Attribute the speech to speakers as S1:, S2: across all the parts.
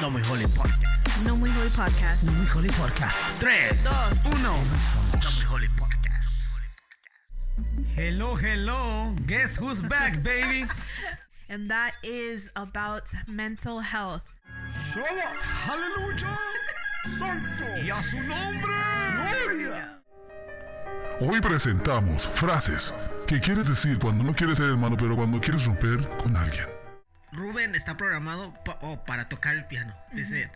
S1: No muy holy podcast.
S2: No Muy Hoy Podcast.
S1: No muy holy podcast. 3, 2, 1. No muy holy podcast.
S3: Hello, hello. Guess who's back, baby?
S2: And that is about mental health.
S3: Solo. Aleluya. Santo. Y a su nombre. Gloria.
S4: Hoy presentamos frases que quieres decir cuando no quieres ser hermano, pero cuando quieres romper con alguien.
S1: Rubén está programado pa- oh, para tocar el piano. That's it.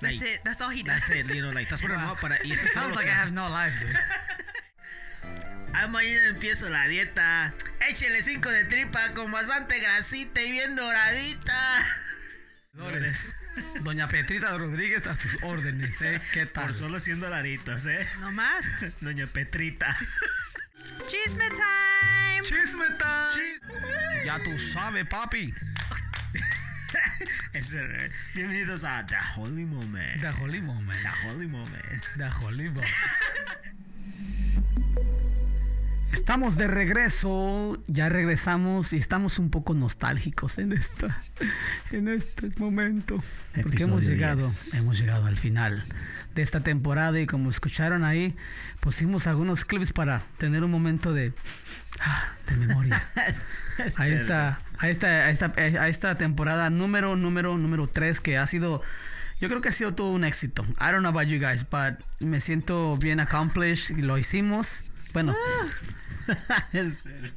S1: Like,
S2: That's it. That's all he does.
S1: That's it, you know, like, estás programado para... Y eso es todo
S3: Sounds
S1: lo
S3: like
S1: que
S3: I have no life, dude.
S1: Ah, mañana empiezo la dieta. Échele 5 de tripa con bastante grasita y bien doradita.
S3: Flores. Doña Petrita Rodríguez a sus órdenes, ¿eh? ¿Qué tal?
S1: Por solo 100 dolaritos, ¿eh?
S2: No más.
S1: Doña Petrita.
S2: Chisme time.
S3: Chisme time. Ya tú sabes, papi.
S1: Ese, eh, Bienvenidos a The Holy Moment.
S3: The holy moment.
S1: The Holy Moment.
S3: The holy moment. Estamos de regreso, ya regresamos y estamos un poco nostálgicos en esta, en este momento. Porque
S1: Episodio
S3: hemos llegado,
S1: 10.
S3: hemos llegado al final de esta temporada y como escucharon ahí, pusimos algunos clips para tener un momento de, ah, de memoria. a
S2: Este,
S3: esta, a esta, a esta, a esta temporada número, número, número 3 que ha sido, yo creo que ha sido todo un éxito. I don't know about you guys, but me siento bien accomplished y lo hicimos. Bueno,
S2: Ah.
S1: En serio.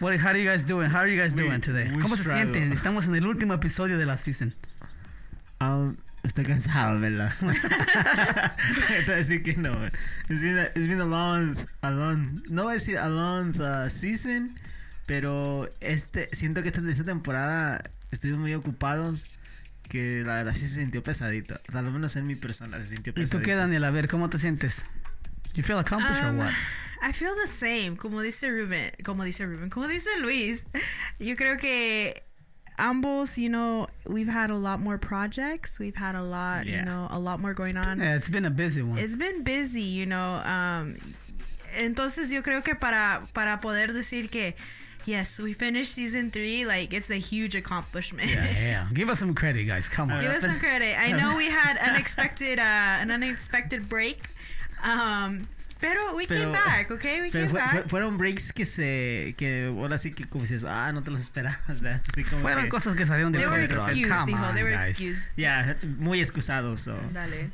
S3: what, how are you guys doing? How are you guys
S1: We-
S3: doing today?
S1: we
S3: ¿Cómo se
S1: struggle.
S3: sienten? Estamos en el último episodio de la season.
S1: Ah, estoy cansado, ¿verdad? Te voy a decir que no. It's been a, it's been a long, a long, no voy a decir a long uh, season, pero este, siento que esta, esta temporada estuvimos muy ocupados que la verdad sí se sintió pesadito. Al menos en mi persona se sintió
S3: ¿Y
S1: pesadito.
S3: tú qué, Daniel? A ver, ¿cómo te sientes? You feel accomplished
S2: Um,
S3: or what?
S2: I feel the same. Como dice Ruben. Como dice Ruben. Como dice Luis. Yo creo que ambos, you know, we've had a lot more projects. We've had a lot,
S1: Yeah.
S2: you know, a lot more going on.
S3: Yeah, it's been a busy one.
S2: It's been busy, you know. Um, entonces yo creo que para para poder decir que yes, we finished season three, like it's a huge accomplishment.
S3: Yeah, give us some credit, guys. Come on.
S2: Give us some credit. I know we had unexpected uh, an unexpected break, um, pero we
S1: Pero-
S2: came back. Okay, we
S1: Pero
S2: came
S1: fue- fue-
S2: back.
S1: fueron breaks que se, que ahora sí que como dices, ah, no te los esperabas. O sea, así como
S3: Fueron
S1: que-
S3: cosas que salieron de
S2: They were
S3: control.
S2: excused,
S3: Come
S2: dijo.
S3: on,
S2: They were
S3: guys.
S2: excused.
S1: Ya, muy excusados. so.
S2: Dale.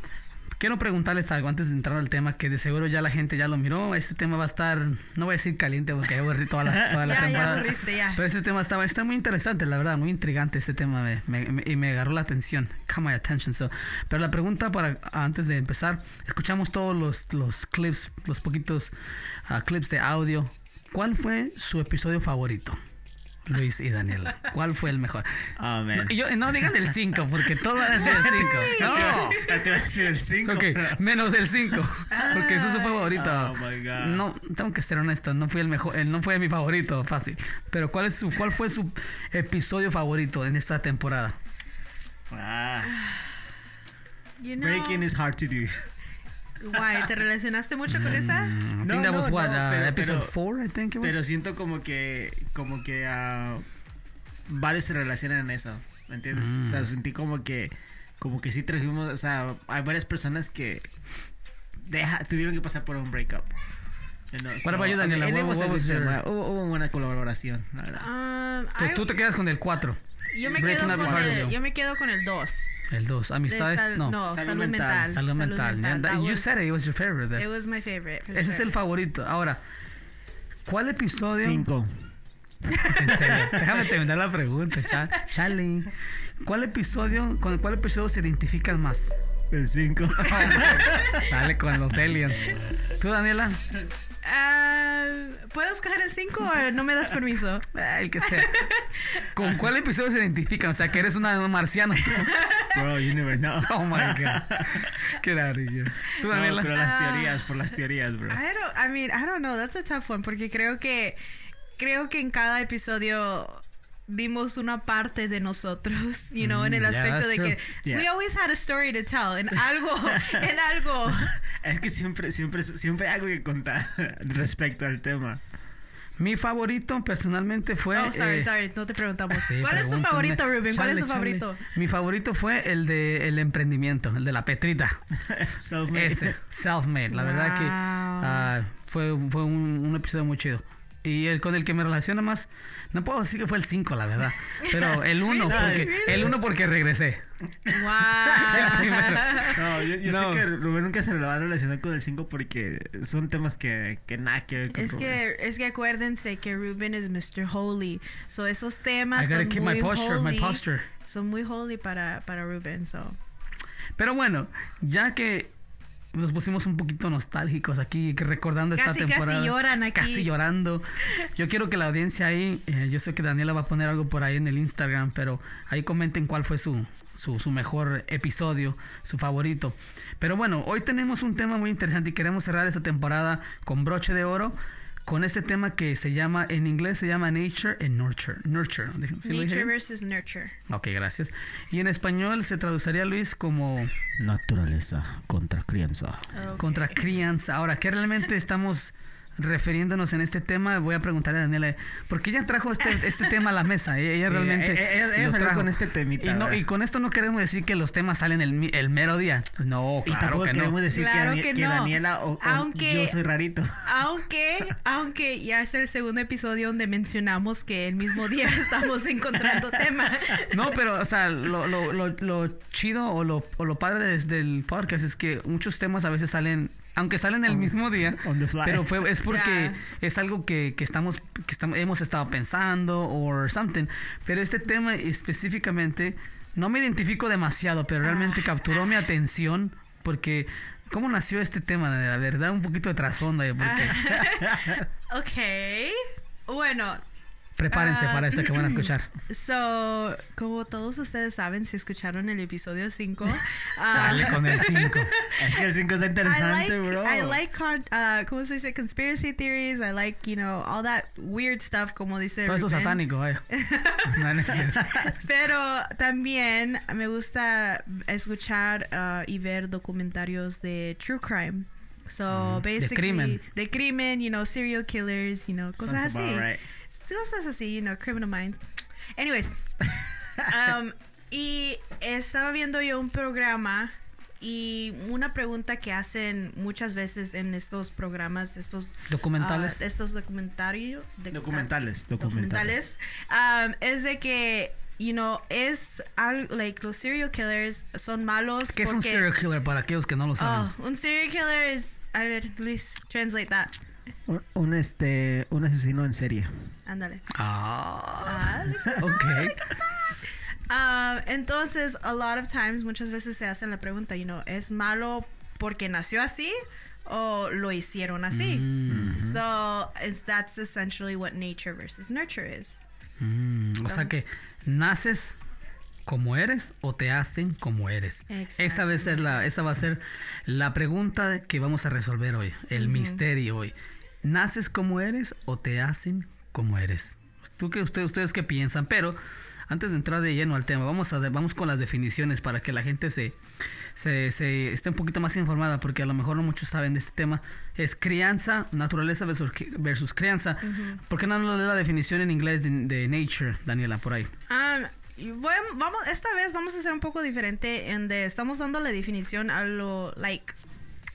S3: Quiero preguntarles algo antes de entrar al tema que de seguro ya la gente ya lo miró. Este tema va a estar, no voy a decir caliente porque ya aburrí toda la, toda la
S2: Ya, ya
S3: temporada.
S2: aburriste, ya.
S3: Pero este tema estaba, está muy interesante, la verdad, muy intrigante este tema me- me- me- y me agarró la atención. Come my attention. So. Pero la pregunta para antes de empezar, escuchamos todos los, los clips, los poquitos ah, clips de audio. ¿Cuál fue su episodio favorito? Luis y Daniela. ¿Cuál fue el mejor?
S1: Ah, man.
S3: No, y yo- no digan el 5, porque todo van a ser el 5. No.
S1: Ya te iba a decir el 5.
S3: Ok, menos del 5. Porque eso es su favorito.
S1: Oh my God.
S3: No, tengo que ser honesto, no fue el mejor, eh, no fue mi favorito, fácil. Pero ¿cuál es su cuál fue su episodio favorito en esta temporada?
S2: You know.
S1: Ah, Breaking is hard to do.
S2: Why? ¿Te relacionaste mucho con esa?
S3: I
S1: No,
S3: think that was
S1: no,
S3: what,
S1: no,
S3: uh,
S1: pero-
S3: episode
S1: pero-
S3: 4, I think it was.
S1: Pero siento como que, como que ah, varios se relacionan en eso, ¿me entiendes? O
S3: Mm.
S1: sea, sentí como que, como que sí trajimos, o sea, hay varias personas que deja- tuvieron que pasar por un breakup. You know, so,
S3: about you,
S1: I mean,
S3: Daniela?
S1: and it
S3: What-
S1: was a
S3: what was
S1: good
S3: your-
S1: time. Hubo, hubo buena colaboración, la verdad.
S2: Um,
S3: Tú-
S2: I-
S3: tú te quedas con el 4,
S2: yo, me
S3: Breaking
S2: quedo
S3: Up is
S2: con
S3: hard to
S2: el,
S3: do.
S2: yo me quedo con el 2.
S3: el 2, amistades, no.
S1: Salud
S2: salud
S1: mental.
S2: mental.
S3: Salud mental. And that-
S2: That
S3: you
S2: was-
S3: said it, it was your favorite. then.
S2: It was my favorite. for
S3: Ese es
S2: sure.
S3: el favorito. Ahora, ¿cuál episodio?
S1: Cinco.
S3: En serio, Déjame terminar la pregunta, cha- Charlie. ¿Cuál episodio, con cuál episodio se identifican más?
S1: El cinco.
S3: Dale con los aliens. ¿Tú, Daniela?
S2: Ah, ¿Puedo escoger el 5 o no me das permiso?
S3: Ah, El que sea. ¿Con cuál episodio se identifican? O sea, que eres una marciana.
S1: Bro, you never know.
S3: Oh my god. Qué rarillo. ¿Tú,
S1: No,
S3: Daniela?
S1: pero las
S2: Ah.
S1: teorías, por las teorías, bro.
S2: I don't, I mean, I don't know. That's a tough one porque creo que creo que en cada episodio dimos una parte de nosotros, you know, en el
S3: Mm, yeah,
S2: aspecto
S3: that's
S2: de
S3: true.
S2: que
S1: Yeah.
S2: we always had a story to tell en algo, en algo.
S1: Es que siempre, siempre, siempre hay algo que contar respecto al tema.
S3: Mi favorito personalmente fue.
S2: oh, sorry,
S3: eh,
S2: sorry, no te preguntamos.
S3: sí,
S2: ¿Cuál es tu
S3: pregúntenme.
S2: favorito, Rubén? ¿Cuál es
S3: Chale,
S2: tu
S3: chale.
S2: favorito?
S3: Mi favorito fue el de el emprendimiento, el de la Petrita.
S1: Self-made.
S3: Ese, Selfmade. La verdad que
S2: Wow.
S3: ah, fue, fue un, un episodio muy chido. Y el con el que me relaciona más, no puedo decir que fue el 5, la verdad. Pero el 1,
S1: Really?
S3: porque, el uno porque regresé. El primero.
S2: Wow.
S1: No, yo, yo
S3: No.
S1: sé que Rubén nunca se lo va a relacionar con el 5 porque son temas que, que nada que ver con
S2: Es
S1: Rubén.
S2: que, es que acuérdense que Ruben es Mr. Holy. So esos temas
S3: I gotta
S2: son
S3: keep
S2: muy
S3: my posture,
S2: holy.
S3: my posture.
S2: Son muy holy para, para Ruben. So.
S3: Pero bueno, ya que nos pusimos un poquito nostálgicos aquí, que recordando
S2: Casi,
S3: esta
S2: casi
S3: temporada.
S2: lloran aquí.
S3: Casi llorando. Yo quiero que la audiencia ahí, eh, yo sé que Daniela va a poner algo por ahí en el Instagram, pero ahí comenten cuál fue su, su, su mejor episodio, su favorito. Pero bueno, hoy tenemos un tema muy interesante y queremos cerrar esta temporada con broche de oro. Con este tema que se llama, en inglés se llama Nature and Nurture. Nurture. ¿sí lo dije
S2: Nature
S3: bien?
S2: versus nurture.
S3: Ok, gracias. Y en español se traduciría, Luis, como
S1: Naturaleza contra crianza.
S2: Ok.
S3: contra crianza. Ahora, ¿qué realmente estamos refiriéndonos en este tema? Voy a preguntarle a Daniela, porque ella trajo este, este tema a la mesa. Ella, ella
S1: Sí,
S3: realmente.
S1: e- e- ella- ella
S3: lo
S1: salió
S3: trajo.
S1: con este temita,
S3: Y, no-
S1: ¿verdad?
S3: y con esto no queremos decir que los temas salen el, mi- el mero día. No,
S1: y
S3: claro
S1: tampoco
S3: que no.
S1: queremos decir Pues que,
S2: Claro
S1: Dani-
S2: que
S1: que
S2: no.
S1: Daniela o, o
S2: Aunque-
S1: yo soy rarito.
S2: Aunque, aunque ya es el segundo episodio donde mencionamos que el mismo día estamos encontrando tema.
S3: No, pero, o sea, lo, lo, lo, lo chido o lo, o lo padre des- del podcast es que muchos temas a veces salen, aunque salen el mismo día,
S1: on the fly.
S3: pero fue, es porque
S2: Ya.
S3: es algo que, que estamos, que estamos, hemos estado pensando o something. Pero este tema específicamente, no me identifico demasiado, pero
S2: Ah.
S3: realmente capturó mi atención porque... ¿Cómo nació este tema? La verdad, un poquito de trasfondo. ahí, Porque,
S2: Ah. Ok. Bueno,
S3: prepárense
S2: Ah.
S3: para esto que van a escuchar.
S2: so, como todos ustedes saben, si escucharon el episodio 5,
S3: Dale
S2: Ah.
S3: con el 5.
S1: Es que el 5 está interesante,
S2: I like,
S1: bro.
S2: I like con, uh, ¿cómo se dice? Conspiracy theories. I like, you know, all that weird stuff, como dice
S3: Todo eso
S2: Rubén.
S3: satánico, vaya. No, no es cierto.
S2: Pero también me gusta escuchar uh, y ver documentarios de true crime. So,
S3: de
S2: basically,
S3: crimen.
S2: de crimen, you know, serial killers, you know,
S1: Sounds
S2: cosas así.
S1: about right.
S2: Cosas así, you know, criminal minds. Anyways, um, y estaba viendo yo un programa y una pregunta que hacen muchas veces en estos programas, estos
S3: Documentales.
S2: ah, estos documentarios.
S1: Documentales, documentales.
S2: Documentales. Um, es de que, you know, es algo, like, los serial killers son malos.
S3: ¿Qué es un
S2: porque-
S3: serial killer para aquellos que no lo saben?
S2: Oh, un serial killer es. A ver, Luis, translate that.
S1: Un, un, este, un asesino en serie.
S2: Ándale.
S3: Ah,
S2: Ah,
S3: ok.
S2: Um, entonces, a lot of times, muchas veces se hacen la pregunta, you know, ¿es malo porque nació así o lo hicieron así?
S3: Mm,
S2: So, it's- that's essentially what nature versus nurture is.
S3: mm. O sea que naces como eres o te hacen como eres. Esa va a ser la, esa va a ser la pregunta que vamos a resolver hoy, el misterio hoy. ¿Naces como eres o te hacen como eres? ¿Tú qué, usted, ¿Ustedes qué piensan? Pero antes de entrar de lleno al tema, vamos, a, de- vamos con las definiciones para que la gente se, se, se esté un poquito más informada, porque a lo mejor no muchos saben de este tema. Es crianza, naturaleza versus, cri- versus crianza. ¿Por qué no nos lee la definición en inglés de, de nature, Daniela, por ahí?
S2: Um, y bueno, vamos, esta vez vamos a hacer un poco diferente en de estamos dando la definición a lo like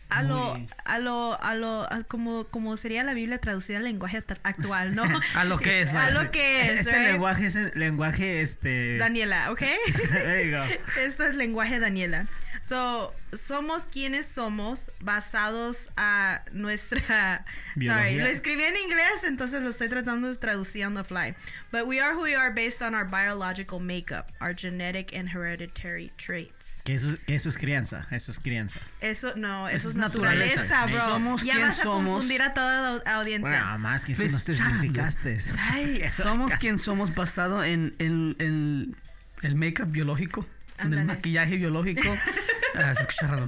S2: a lo,
S1: Muy-
S2: a lo, a lo, a como, como sería la Biblia traducida al lenguaje at- actual, ¿no?
S3: A lo que es,
S2: a
S3: vaya.
S2: lo que es,
S1: Este
S2: right?
S1: lenguaje es el lenguaje, este...
S2: Daniela, ¿ok?
S1: There you go.
S2: Esto es lenguaje Daniela. So, somos quienes somos basados a nuestra... Sorry,
S1: Biología.
S2: lo escribí en inglés, entonces lo estoy tratando de traducir on the fly. But we are who we are based on our biological makeup, our genetic and hereditary traits.
S1: Que eso, es- que eso es crianza, eso es crianza.
S2: Eso, no, eso,
S3: Eso
S2: es
S3: es
S2: naturaleza,
S3: naturaleza.
S2: bro.
S3: Somos
S2: ya
S3: quien
S2: vas a
S3: somos.
S2: confundir a toda la audiencia.
S1: Bueno, más que es que
S3: Luis,
S1: no te
S3: ya.
S1: especificaste.
S2: Ay,
S3: Somos quien somos basado en, en- en el make-up biológico, en
S2: Ándale.
S3: el maquillaje biológico. Ah, se escucha raro.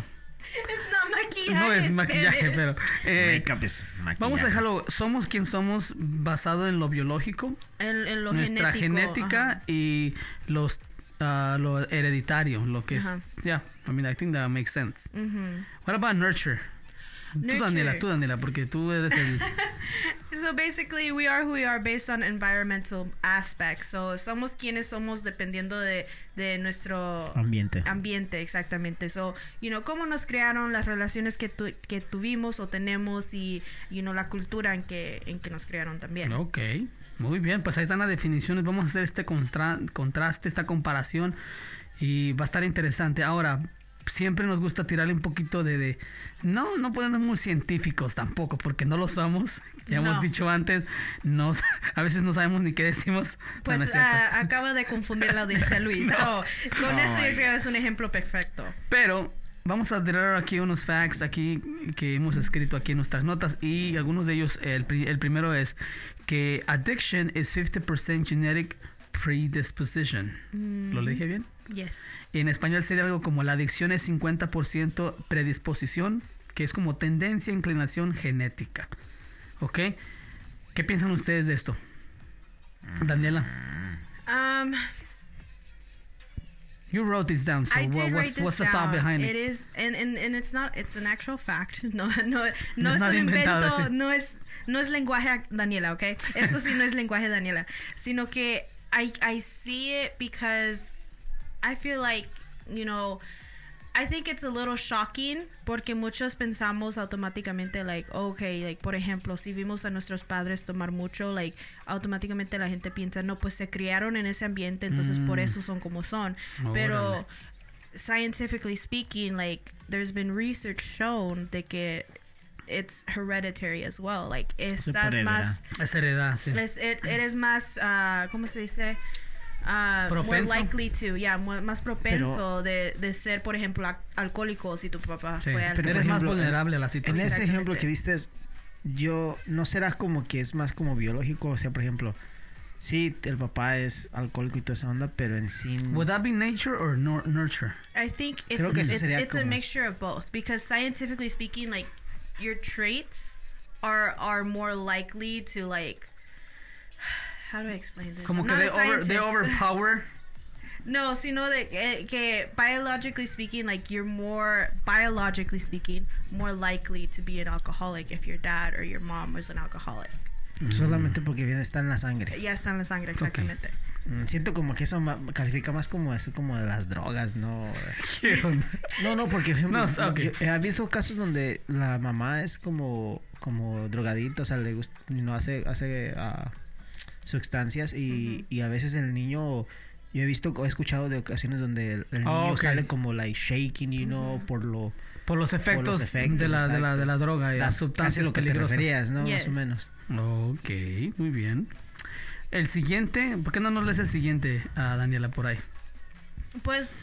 S2: it's not maquillaje.
S3: No es maquillaje,
S2: baby.
S3: pero... eh,
S1: Makeup es maquillaje.
S3: vamos a dejarlo. Somos quien somos basado en lo biológico,
S2: En, en lo
S3: nuestra
S2: genético,
S3: genética
S2: ajá.
S3: y los, ah, lo hereditario, lo que
S2: Ajá.
S3: es... Yeah, I mean, I think that makes sense.
S2: Ujú.
S3: What about nurture? Tú, Daniela,
S2: Nurture.
S3: tú, Daniela, porque tú eres el.
S2: So basically, we are who we are based on environmental aspects. So somos quienes somos dependiendo de, de nuestro
S1: Ambiente.
S2: ambiente, exactamente. So, you know, cómo nos crearon las relaciones que, tu- que tuvimos o tenemos y, you know, la cultura en que, en que nos crearon también.
S3: Ok, muy bien, pues ahí están las definiciones. Vamos a hacer este constra- contraste, esta comparación y va a estar interesante. Ahora, siempre nos gusta tirarle un poquito de... de- no, no podemos muy científicos tampoco, porque no lo somos. Ya
S2: No.
S3: hemos dicho antes, no, sa- a veces no sabemos ni qué decimos. No,
S2: Pues
S3: no es cierto.
S2: ah, acaba de confundir la audiencia, Luis. So, con eso yo creo es un ejemplo perfecto.
S3: Pero vamos a tirar aquí unos facts aquí que hemos escrito aquí en nuestras notas y algunos de ellos, el, pri- el primero es que addiction is 50% genetic predisposition. ¿Lo dije bien?
S2: Mm, Yes.
S3: En español sería algo como la adicción es 50% predisposición, que es como tendencia, inclinación genética. ¿Ok? ¿Qué piensan ustedes de esto?
S1: Mm.
S3: Daniela,
S2: Um,
S3: you wrote this down, so
S2: I did
S3: what-
S2: write
S3: what's,
S2: this
S3: what's the
S2: down.
S3: thought behind
S2: It
S3: it?
S2: is, and, and, and it's not, it's an actual fact. No, no, no
S3: es
S2: es
S3: nada
S2: un
S3: inventado,
S2: invento,
S3: sí.
S2: no es, no es lenguaje ac- Daniela, okay? Esto sí no es lenguaje Daniela, sino que I, I see it because I feel like, you know, I think it's a little shocking porque muchos pensamos automáticamente like okay like por ejemplo si vimos a nuestros padres tomar mucho like automáticamente la gente piensa no pues se criaron en ese ambiente entonces por
S3: Mm.
S2: eso son como son pero
S3: Órale.
S2: scientifically speaking like there's been research shown de que it's hereditary as well like estás
S1: heredera.
S2: más
S3: Es heredad, sí.
S2: es- e- eres más ah, cómo se dice Ah, more
S3: Propenso.
S2: likely to yeah, mu- más propenso de, de ser por ejemplo ac- alcohólico si tu papá
S3: Sí,
S2: fue
S1: por
S2: alcohólico
S3: pero eres más
S1: ejemplo, en-
S3: vulnerable a la situación.
S1: En ese
S2: Exactamente.
S1: ejemplo que diste, yo no será como que es más como biológico, o sea, por ejemplo, sí, el papá es alcohólico y toda esa onda, pero en sí
S3: Would that be nature or nor- nurture?
S2: I think it's
S1: Creo que eso
S2: it's,
S1: sería
S2: it's a
S1: como-
S2: mixture of both because scientifically speaking, like your traits are are more likely to like. How do I explain this?
S3: Como
S2: I'm
S3: que
S2: not a
S3: they, over, they
S2: scientist.
S3: overpower.
S2: No, sino de que, que biologically speaking, like you're more biologically speaking, more likely to be an alcoholic if your dad or your mom was an alcoholic.
S1: solamente porque viene está en la sangre.
S2: Ya está en la sangre exactamente.
S1: Mm, Siento como que eso ma- califica más como eso, como de las drogas, ¿no? No, no, porque por ejemplo,
S3: No, está- ok.
S1: yo- he visto casos donde la mamá es como, como drogadita, o sea, le gusta, no hace, hace ah, sustancias y, y a veces el niño, yo he visto, he escuchado de ocasiones donde el, el
S3: Ah,
S1: niño
S3: ok.
S1: sale como like shaking, you know, por lo,
S3: Por los efectos,
S1: efectos,
S3: de, la, de, la, de la droga y
S1: la
S3: las
S1: sustancia
S3: sustancias
S1: lo que te
S3: peligrosas.
S1: referías, ¿no? Más
S2: Yes.
S1: o menos.
S3: ok, muy bien. El siguiente, ¿por qué no nos lees el siguiente a Daniela por ahí?
S2: Pues,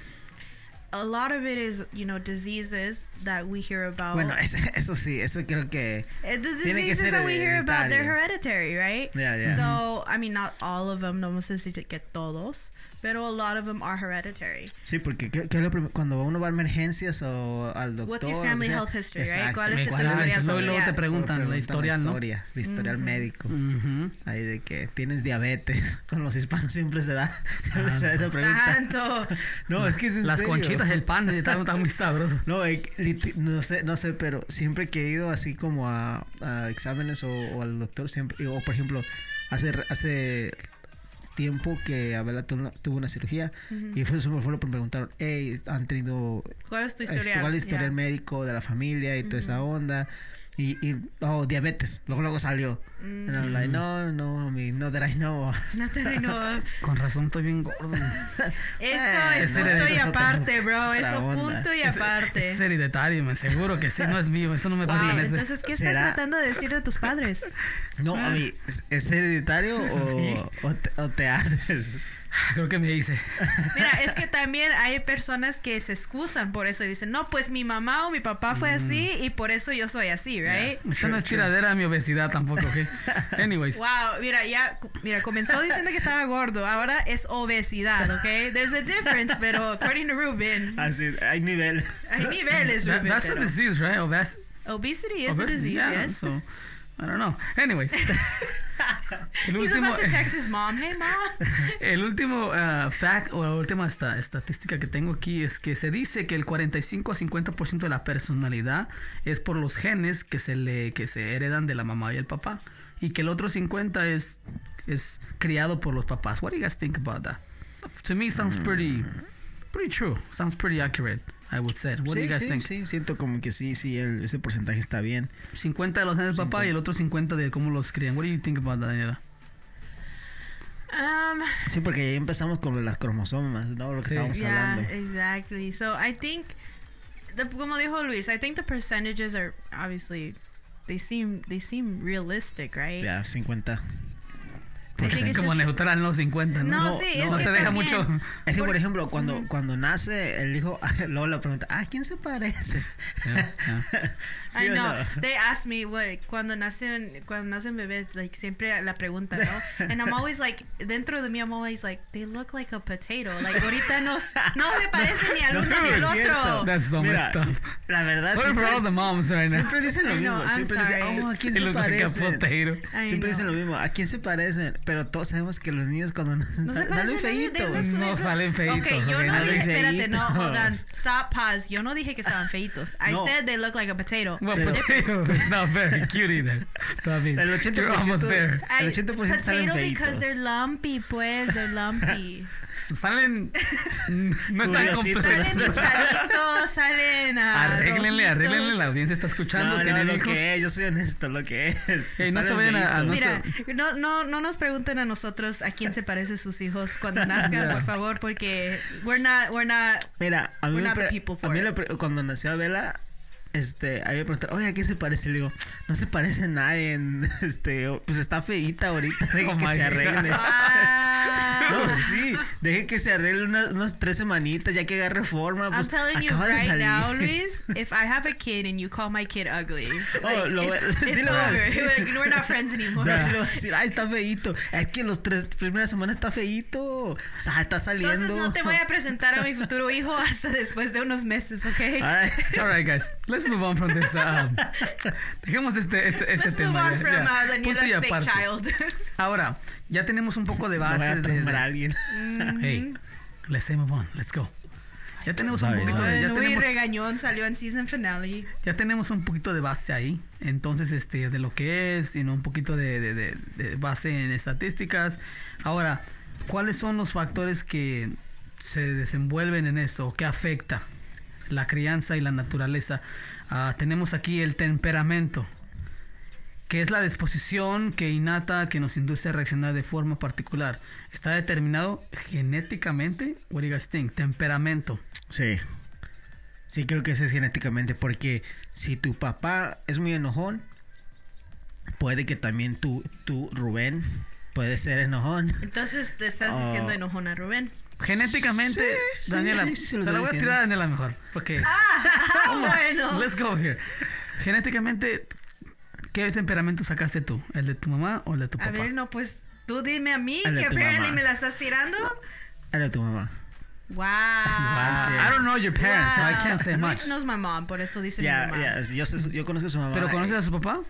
S2: a lot of it is you know diseases that we hear about.
S1: Bueno, es- eso sí, eso creo que...
S2: Uh, The
S1: que
S2: diseases
S1: ser
S2: that we hear about, they're
S1: hereditario.
S2: hereditary, right?
S1: Yeah, yeah.
S2: So, I mean, not all of them, no vamos a decir que todos, pero a lot of them are hereditary.
S1: Sí, porque ¿qué- qué es lo prim- cuando uno va a emergencias o al doctor...
S2: What's your
S1: o lo que
S2: family
S1: sea,
S2: health history, right?
S1: exacto,
S2: ¿Cuál es el
S3: ¿Cuál es la
S2: historial
S3: historia? Luego- luego te
S2: familiar?
S3: preguntan la historial,
S1: la
S3: ¿no?
S1: historia, el historial médico.
S3: Ujú.
S1: Ahí de que tienes diabetes. Con los hispanos siempre se da, siempre se da esa pregunta.
S2: Tanto.
S1: No, es que es en
S3: Las
S1: serio.
S3: conchitas, el pan, eh, está, está muy sabroso.
S1: No, eh, lit- no sé, no sé, pero siempre que he ido así como a, a exámenes o, o al doctor, siempre, o por ejemplo, hace, hace tiempo que Abela tu- tuvo una cirugía y fue, fue lo que me preguntaron, hey, ¿han tenido
S2: ¿Cuál es tu
S1: este,
S2: historial?
S1: ¿Cuál es el historial
S2: Yeah.
S1: médico de la familia y toda esa onda? Y, y oh, diabetes, luego luego salió. And I'm like, no, no, mi, no that I know.
S2: Mm, No te renueva.
S3: Con razón estoy bien gordo.
S2: Eso
S1: Eh,
S2: es
S1: esa
S2: punto y
S1: es otra-
S2: aparte, bro.
S1: otra
S2: Eso
S1: onda.
S2: punto y
S3: Es- Es
S2: aparte.
S3: hereditario, me seguro que sí, no es mío, eso no me
S2: Wow,
S3: pertenece.
S2: entonces, ¿qué estás
S1: ¿Será?
S2: tratando de decir de tus padres?
S1: No, a mí, ¿es- ¿es hereditario o,
S3: Sí.
S1: o, te, o te haces?
S3: Creo que me hice.
S2: Mira, es que también hay personas que se excusan por eso y dicen, no, pues mi mamá o mi papá fue
S1: Mm.
S2: así y por eso yo soy así, ¿right?
S3: Esta no es tiradera a mi obesidad tampoco, ¿ok? Anyways.
S2: Wow, mira, ya, cu- mira, comenzó diciendo que estaba gordo, ahora es obesidad, ¿ok? There's a difference, pero according to Ruben,
S1: Así, hay nivel.
S2: hay niveles,
S3: That-
S2: Ruben.
S3: that's a
S2: pero-
S3: disease, right? Obes-
S2: Obesity is a
S3: obesity,
S2: disease,
S3: yeah,
S2: yes.
S3: so- I don't know. Anyways. el
S2: He's
S3: último, eh,
S2: about to text his mom. Hey, mom.
S3: el último ah, fact o la última esta- estadística que tengo aquí es que se dice que el 45 a 50% de la personalidad es por los genes que se le que se heredan de la mamá y el papá y que el otro 50 es es criado por los papás. What do you guys think about that? So, To me it sounds
S1: Mm.
S3: pretty pretty true. Sounds pretty accurate. I would say. What do
S1: sí,
S3: you guys
S1: sí,
S3: think?
S1: sí, siento como que sí, sí, el- ese porcentaje está bien.
S3: 50 de los genes del papá y el otro 50 de cómo los crían. What do you think about that, Daniela?
S2: Um,
S1: Sí, porque ahí empezamos con las cromosomas, ¿no? Lo que
S3: Sí.
S1: estábamos
S2: yeah,
S1: hablando.
S2: exactly. So I think, the, como dijo Luis, I think the percentages are obviously they seem they seem realistic, right?
S1: Ya, 50.
S3: Porque
S2: think
S3: es
S2: it's
S3: como
S2: just-
S3: neutral los 50, ¿no?
S2: No,
S1: No,
S2: sí,
S1: no,
S2: es
S3: no
S2: que
S3: te
S2: está
S3: deja
S2: bien.
S3: mucho.
S1: Es que, por
S2: Por-
S1: ejemplo, cuando,
S2: Ujú.
S1: cuando nace el hijo, luego la pregunta, ¿a quién se parece?
S3: Yeah, yeah.
S1: ¿Sí
S2: I
S1: o
S2: know.
S1: no?
S2: They ask me what cuando nacen cuando nacen bebés like siempre la pregunta, ¿no? And I'm always like dentro de mí I'm always like they look like a potato. Like ahorita no no me parece ni al
S1: No,
S2: uno ni
S1: es
S2: al
S1: cierto.
S2: otro.
S3: That's so
S1: Mira,
S3: messed up.
S1: La verdad,
S3: Sorry for
S1: siempre,
S3: all the moms right now.
S1: siempre dicen lo
S2: I know,
S1: mismo.
S2: I'm
S1: siempre
S2: sorry.
S1: dicen, oh, ¿a quién
S3: It
S1: se
S3: looks like a
S1: parece?
S3: potato.
S2: I
S1: Siempre dicen lo
S2: know.
S1: mismo, ¿a quién se parecen? Pero todos sabemos que los niños cuando nacen
S2: No se
S1: sal- salen
S2: parecen a nadie, they
S1: feitos.
S2: look
S3: No
S2: like-
S3: salen feitos,
S2: Okay, yo no
S3: ok,
S1: salen
S2: dije, espérate, no, hold on.
S1: feitos.
S2: Stop, pause. Yo no dije que estaban feitos. I
S1: No.
S2: said they look like a potato.
S3: Well,
S1: Pero-
S3: potato is not very cute either. Stop it.
S1: El 80%
S3: You're almost there.
S2: I-
S1: El 80% salen
S2: potato
S1: feitos.
S2: because they're lumpy, pues, they're lumpy.
S3: Salen. mm, No están
S1: Curiosito.
S2: salen
S3: completos.
S2: hinchaditos, salen ah,
S3: Arréglenle,
S2: rojitos.
S3: arréglenle. La audiencia está escuchando.
S1: No, no,
S3: Tienen
S1: lo
S3: hijos.
S1: que es, yo soy honesto, lo que es.
S3: Ey, no se
S1: Salen
S3: vayan a- a-
S1: feitos.
S3: no se-
S2: Mira, no, no, no nos pregunten a nosotros a quién se parecen sus hijos cuando nazcan,
S3: Yeah.
S2: por favor, porque we're not, we're not.
S1: Mira, a mí,
S2: We're
S1: me
S2: not the
S1: pre-
S2: people
S1: a
S2: for
S1: mí
S2: it.
S1: la pre- cuando nació Abela, este, a mí me preguntaron, oye, ¿a qué se parece? Le digo, no se parece a nadie, en- este, o- pues está feíta ahorita, deje
S3: Oh
S1: que
S3: my
S1: se
S3: God.
S1: arregle.
S2: Ah.
S1: No, sí, deje que se arregle unas, unas tres semanitas, ya que agarre forma,
S2: I'm
S1: pues
S2: telling you
S1: acaba de
S2: right
S1: salir.
S2: now, Luis, if I have a kid and you call my kid ugly,
S1: Oh, lo voy-
S2: it's,
S1: sí
S2: it's
S1: lo voy a
S2: over.
S1: decir.
S2: We're- We're not friends anymore.
S1: No, sí le voy a decir, ay, está feíto. Es que los tres primeras semanas está feíto. O sea, está saliendo.
S2: Entonces no te voy a presentar a mi futuro hijo hasta después de unos meses, ¿ok?
S1: All
S3: Ah,
S1: right.
S3: All right, guys. Let's move on from this. Um, dejemos este, este, este
S2: Let's move
S3: tema.
S2: on
S3: ya,
S2: from
S3: ya.
S2: uh,
S3: Punto y
S2: Daniela's fake
S3: aparte.
S2: child.
S3: Ahora, ya tenemos un poco de
S1: No voy
S3: base
S1: a
S3: de-
S1: traumar a
S3: de.
S1: alguien.
S2: Mm,
S3: Hey, let's move on. Let's go. Ya tenemos un
S1: Sorry,
S3: poquito de.
S2: Ay,
S3: Ya
S2: Luis
S3: tenemos,
S2: Regañón salió en season finale.
S3: ya tenemos un poquito de base ahí. Entonces, este, de lo que es, sino un poquito de, de- de- de base en estadísticas. Ahora, ¿cuáles son los factores que se desenvuelven en esto o que afecta la crianza y la naturaleza? Ah, tenemos aquí el temperamento, que es la disposición que innata que nos induce a reaccionar de forma particular. Está determinado genéticamente, what do you guys think? Temperamento.
S1: Sí. Sí, creo que eso es genéticamente. Porque si tu papá es muy enojón, puede que también tú, tú Rubén, puede ser enojón.
S2: Entonces te estás
S1: Oh.
S2: diciendo enojona, Rubén.
S3: Genéticamente,
S1: Sí,
S3: Daniela,
S1: sí, se
S3: se
S1: lo
S3: la
S1: estoy
S3: voy a
S1: diciendo.
S3: tirar a Daniela mejor. Porque, Oh,
S2: Ah, bueno.
S3: let's go here. Genéticamente, ¿qué temperamento sacaste tú? ¿El de tu mamá o el de tu
S2: A
S3: papá?
S2: ver, no, pues tú dime a mí
S1: Dale
S2: que
S1: a tu
S2: apparently
S1: mamá.
S2: me la estás tirando.
S1: Era tu mamá.
S2: Wow.
S3: Ah, I don't know your parents, so I
S2: Wow.
S3: can't say
S2: Luis
S3: much.
S2: knows my mom, por eso dice
S1: Ya,
S2: mi mamá.
S1: ya, sí, yo, sé su- yo conozco a su mamá.
S3: ¿Pero conoces a su papá?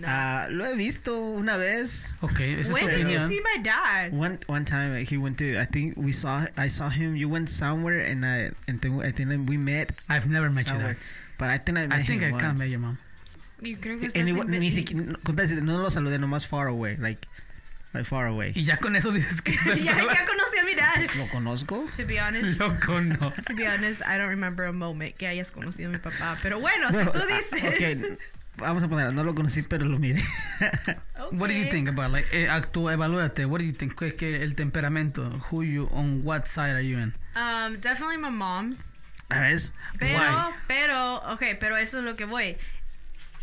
S2: No.
S1: Ah, lo he visto una vez.
S3: Ok, esa es tu
S2: When did you
S3: opinión.
S2: see my dad?
S1: One one time he went to I think we saw I saw him you went somewhere and I and then I think we met
S3: I've never met you
S1: somewhere
S3: there.
S1: but I think I met
S3: I think I
S1: him
S3: kind of
S1: once.
S3: met your mom.
S2: Yo creo que
S1: And
S2: estás
S1: it wa- ni
S2: inven-
S1: siquiera, con tal de- no lo saludé, nomás far away, like, like far away.
S3: Y ya con eso dices que es
S2: ya, ya conocí a mi dad.
S1: ¿Lo conozco?
S2: To be honest,
S3: lo conozco.
S2: to be honest, I don't remember a moment que hayas conocido a mi papá. Pero bueno, si
S1: Bueno,
S2: tú
S1: ah,
S2: dices.
S1: ok, vamos a poner, no lo conocí, pero lo miré.
S3: What do you
S2: Okay.
S3: think about like eh, actúa, evalúate? What do you think? ¿Qué, qué- el temperamento? Who you on what side are you in?
S2: Um, definitely my mom's.
S1: ¿A ves?
S2: Pero,
S3: Why?
S2: pero, okay, pero eso es lo que voy.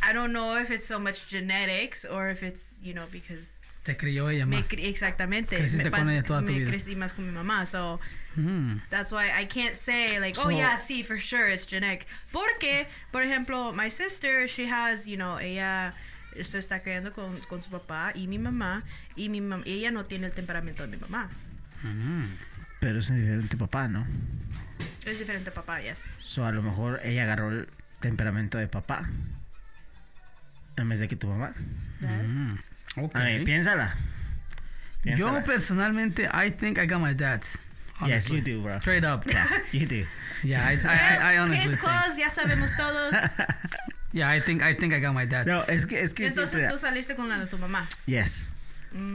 S2: I don't know if it's so much genetics or if it's, you know, because
S3: Te crió ella
S2: me
S3: más.
S2: cre- exactamente.
S3: Creciste
S2: me
S3: con
S2: pas-
S3: ella toda tu
S2: me
S3: vida.
S2: crecí más con mi mamá, so
S3: Mm.
S2: that's why I can't say like,
S1: So-
S2: oh yeah, see for sure it's genetic. Porque, por ejemplo, my sister, she has, you know, ella se está criando con, con su papá y mi mamá y mi mam- ella no tiene el temperamento de mi mamá.
S3: Mm.
S1: Pero es un diferente papá, ¿no?
S2: Es diferente papá, yes.
S1: So, a lo mejor ella agarró el temperamento de papá. en vez de que tu mamá.
S2: Dad?
S3: Mm, ok.
S1: A ver, piénsala.
S3: Yo
S1: Piénsala.
S3: personalmente, I think I got my dad's.
S1: Yes,
S3: honestly.
S1: you do, bro.
S3: Straight up.
S1: You do.
S3: Yeah, I, I, I, I
S2: Well,
S3: honestly
S2: Case
S3: think.
S2: closed, ya sabemos todos.
S3: Yeah, I think I think I got my dad's.
S1: No, es que, es que
S2: Entonces
S1: siempre-
S2: tú saliste con la de tu mamá.
S1: Yes.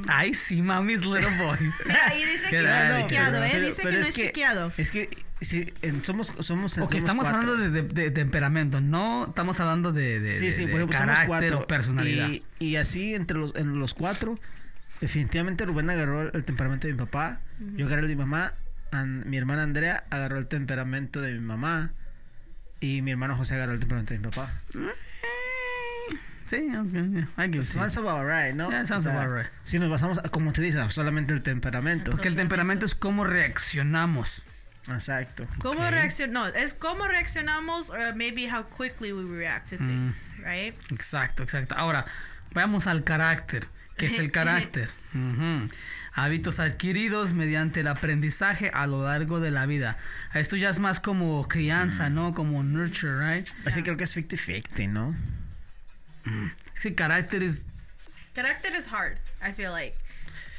S3: I see mommy's little boy.
S2: Mira, ahí dice que
S3: Qué
S2: no es
S3: raro,
S2: chequeado,
S3: qué
S2: ¿eh?
S1: Pero-
S2: Dice
S1: pero
S2: que no
S1: es
S2: es chequeado.
S1: Es que si, en- somos, somos,
S3: Ok,
S1: somos
S3: estamos
S1: cuatro.
S3: hablando de, de- de temperamento, no estamos hablando de, de-
S1: sí,
S3: de-
S1: sí,
S3: de
S1: por ejemplo, somos
S3: carácter
S1: cuatro.
S3: o personalidad.
S1: Y, y así entre los, en los cuatro, definitivamente Rubén agarró el, el temperamento de mi papá, yo agarré el de mi mamá, an- mi hermana Andrea agarró el temperamento de mi mamá y mi hermano José agarró el temperamento de mi papá.
S3: Sí, ok, yeah, I guess.
S1: Sounds about right, ¿no?
S3: Yeah, sounds about right.
S1: Si nos basamos, como te dices, solamente el temperamento.
S3: Porque el temperamento es cómo reaccionamos.
S1: Exacto.
S2: ¿Cómo
S3: Ok.
S2: reaccionamos? No, es cómo reaccionamos or maybe how quickly we react to
S3: Mm.
S2: things, right?
S3: Exacto, exacto. Ahora, vayamos al carácter. ¿Qué es el carácter? Ujú. Hábitos adquiridos mediante el aprendizaje a lo largo de la vida. Esto ya es más como
S1: Mm.
S3: crianza, ¿no? Como nurture, right?
S1: Así creo que es 50-50, ¿no?
S3: Sí, carácter es...
S2: Carácter is hard, I feel like.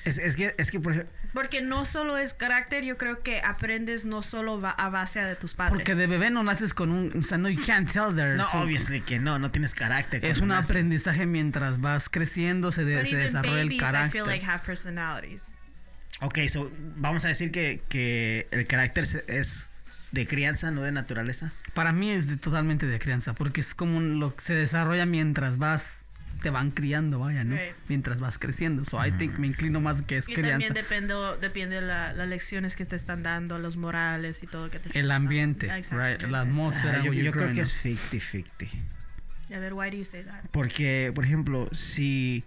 S1: Es, es que, es que por ejemplo,
S2: Porque no solo es carácter, yo creo que aprendes no solo va- a base de tus padres.
S3: Porque de bebé no naces con un... O sea, no, you can't tell there.
S1: no,
S3: So,
S1: obviously que no, no tienes carácter.
S3: Es
S1: cuando
S3: un
S1: naces.
S3: aprendizaje mientras vas creciendo, se, de-
S2: But
S3: se
S2: even
S3: desarrolla el
S2: babies, I feel
S3: carácter.
S2: like have personalities.
S1: Ok, so, vamos a decir que, que el carácter se- es de crianza, no de naturaleza.
S3: Para mí es de- totalmente de crianza, porque es como un- lo que se desarrolla mientras vas, te van criando, vaya, ¿no?
S2: Right.
S3: Mientras vas creciendo. So I think me inclino más que es
S2: Y
S3: crianza.
S2: también depende, depende la, las lecciones que te están dando, los morales y todo que te están
S3: El
S2: dando.
S3: ambiente,
S2: Exactamente.
S3: right, la atmósfera.
S1: Ah, yo
S3: where you're
S1: yo creo
S3: growing
S1: que
S3: up.
S1: es 50-50.
S2: A ver, why do you say that?
S1: Porque, por ejemplo, si,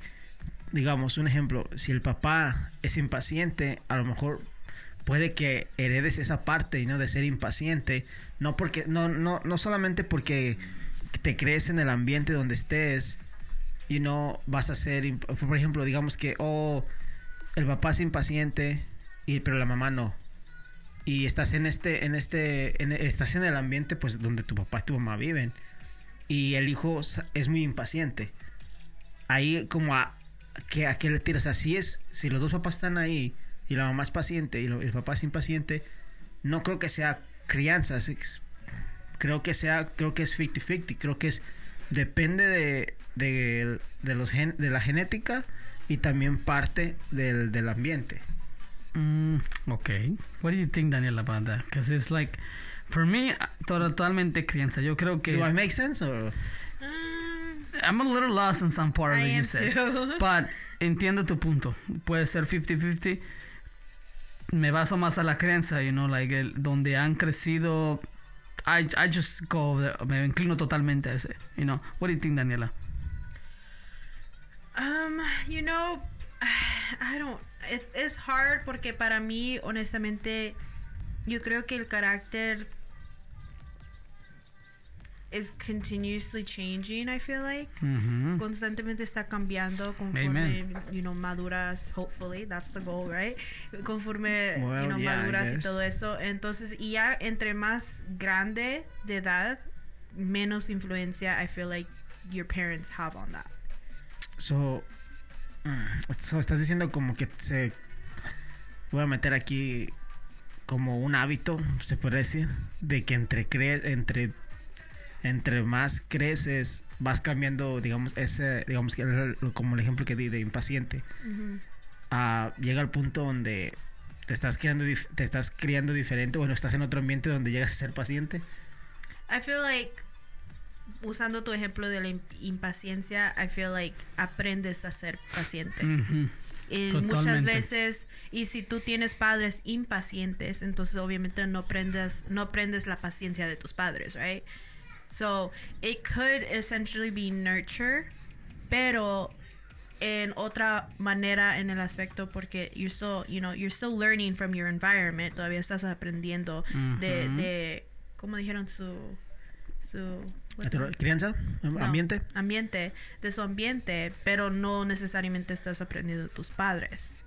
S1: digamos, un ejemplo, si el papá es impaciente, a lo mejor puede que heredes esa parte, ¿no? De ser impaciente. No porque, no, no, no solamente porque te crees en el ambiente donde estés, y no vas a ser, imp- por ejemplo, digamos que, oh, el papá es impaciente, y, pero la mamá no. Y estás en este, en este, en- estás en el ambiente, pues, donde tu papá y tu mamá viven y el hijo sa- es muy impaciente. Ahí como a que a qué le tiras, así es, si los dos papás están ahí y la mamá es paciente y lo- el papá es impaciente, no creo que sea crianza, es- es- creo que sea creo que es 50-50, creo que es depende de, de, de los gen- de la genética y también parte del, del ambiente.
S3: Mm, okay. What do you think, Daniel, about that? Because it's like, for me, to- totalmente crianza. Yo creo que
S1: Do I make sense or-
S2: Mm,
S3: I'm a little lost in some part of
S2: Ah, I
S3: what Ah, you
S2: am
S3: said.
S2: too.
S3: But entiendo tu punto. Puede ser 50-50. Me baso más a la creencia, you know, like el, donde han crecido. I, I just go, there. me inclino totalmente a ese, you know. What do you think, Daniela?
S2: Um, you know, I don't. It's, it's hard porque para mí, honestamente, yo creo que el carácter is continuously changing. I feel like
S3: Ujú.
S2: constantemente está cambiando conforme
S3: Amen.
S2: you know maduras hopefully that's the goal right conforme
S1: Well,
S2: you know
S1: yeah, I
S2: maduras y
S1: guess.
S2: todo eso entonces y ya entre más grande de edad menos influencia I feel like your parents have on that
S1: So, mm, so estás diciendo como que se voy a meter aquí como un hábito, se puede decir, de que entre cre- entre entre más creces vas cambiando, digamos ese, digamos que el- como el ejemplo que di de impaciente,
S2: Ujú.
S1: a- llega al punto donde te estás criando dif- te estás criando diferente, bueno, estás en otro ambiente donde llegas a ser paciente.
S2: I feel like usando tu ejemplo de la imp- impaciencia, I feel like aprendes a ser paciente.
S3: Ujú.
S2: Y muchas
S3: totalmente.
S2: veces y si tú tienes padres impacientes, entonces obviamente no aprendes no aprendes la paciencia de tus padres, right? So, it could essentially be nurture, pero en otra manera en el aspecto porque you're still, you know, you're still learning from your environment, todavía estás aprendiendo de,
S3: Ujú.
S2: de ¿cómo dijeron su su what's
S1: Natural-
S2: it?
S1: crianza,
S2: Pues No,
S1: ambiente.
S2: ambiente, de su ambiente, pero no necesariamente estás aprendiendo de tus padres.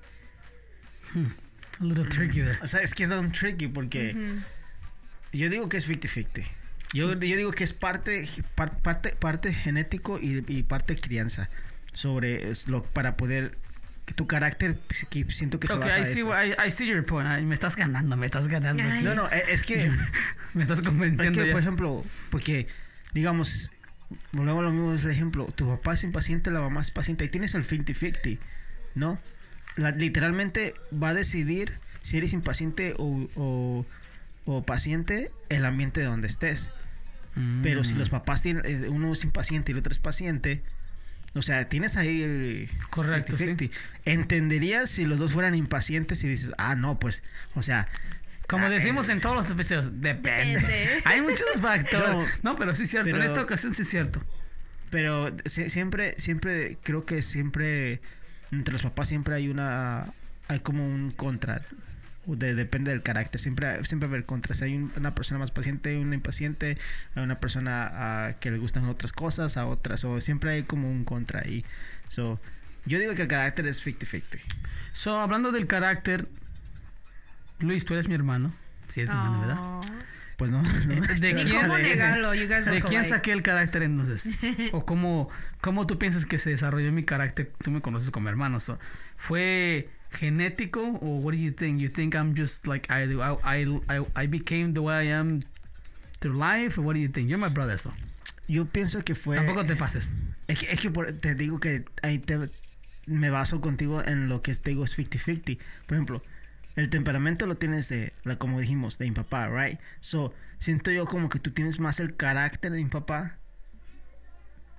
S3: A little tricky there. Eh,
S1: O sea, es que es un tricky porque
S2: Ujú.
S1: yo digo que es 50-50. Yo, yo digo que es parte, par- parte, parte genético y, y parte crianza. Sobre es lo, para poder. que tu carácter, pues, que siento que se
S3: Ok,
S1: basa
S3: I
S1: a
S3: see,
S1: eso.
S3: wh- I, I see your point. Ay, me estás ganando, me estás ganando.
S2: Ay.
S1: No, no, e- es que.
S3: me estás
S1: es
S3: convenciendo.
S1: que,
S3: ya.
S1: por ejemplo, porque, digamos. Volvemos a lo mismo, es el ejemplo. Tu papá es impaciente, la mamá es paciente. Ahí tienes el 50-50, ¿no? La- literalmente va a decidir si eres impaciente o, o, o paciente el ambiente de donde estés.
S3: Mm.
S1: Pero si los papás tienen, eh, uno es impaciente y el otro es paciente, o sea, tienes ahí el
S3: Correcto, sí.
S1: 50-50. Entenderías si los dos fueran impacientes y dices, ah, no, pues, o sea,
S3: Como
S1: Ah,
S3: decimos en
S1: es-
S3: todos los episodios, depende.
S2: Depende.
S3: Hay muchos factores. No, pero sí es cierto. En
S1: pero-
S3: esta ocasión sí es cierto.
S1: pero si- siempre, siempre, creo que siempre, entre los papás siempre hay una, hay como un contra, o de- depende del carácter, siempre, siempre va a haber contras. Hay un- una persona más paciente, una impaciente, hay una persona ah, que le gustan otras cosas, a otras, o siempre hay como un contra ahí. So, yo digo que el carácter es 50-50.
S3: So, hablando del carácter, Luis, tú eres mi hermano. Sí, es hermano, ¿verdad?
S2: Oh.
S1: Pues no. no.
S3: Eh, ¿De
S2: Ni
S3: quién-
S2: cómo
S3: de-
S2: negarlo, you guys
S3: ¿De
S2: look
S3: quién
S2: alike.
S3: saqué el carácter entonces? ¿O cómo, cómo tú piensas que se desarrolló mi carácter? Tú me conoces como hermano. so, ¿Fue genético o what do you think? You think I'm just like I do? I, I, I, I became the way I am through life? Or what do you think? You're my brother, so.
S1: Yo pienso que fue.
S3: Tampoco te pases.
S1: Es que, es que por- te digo que ahí te, me baso contigo en lo que te digo es 50-50. Por ejemplo, el temperamento lo tienes de, la- como dijimos, de mi papá, right? So, siento yo como que tú tienes más el carácter de mi papá.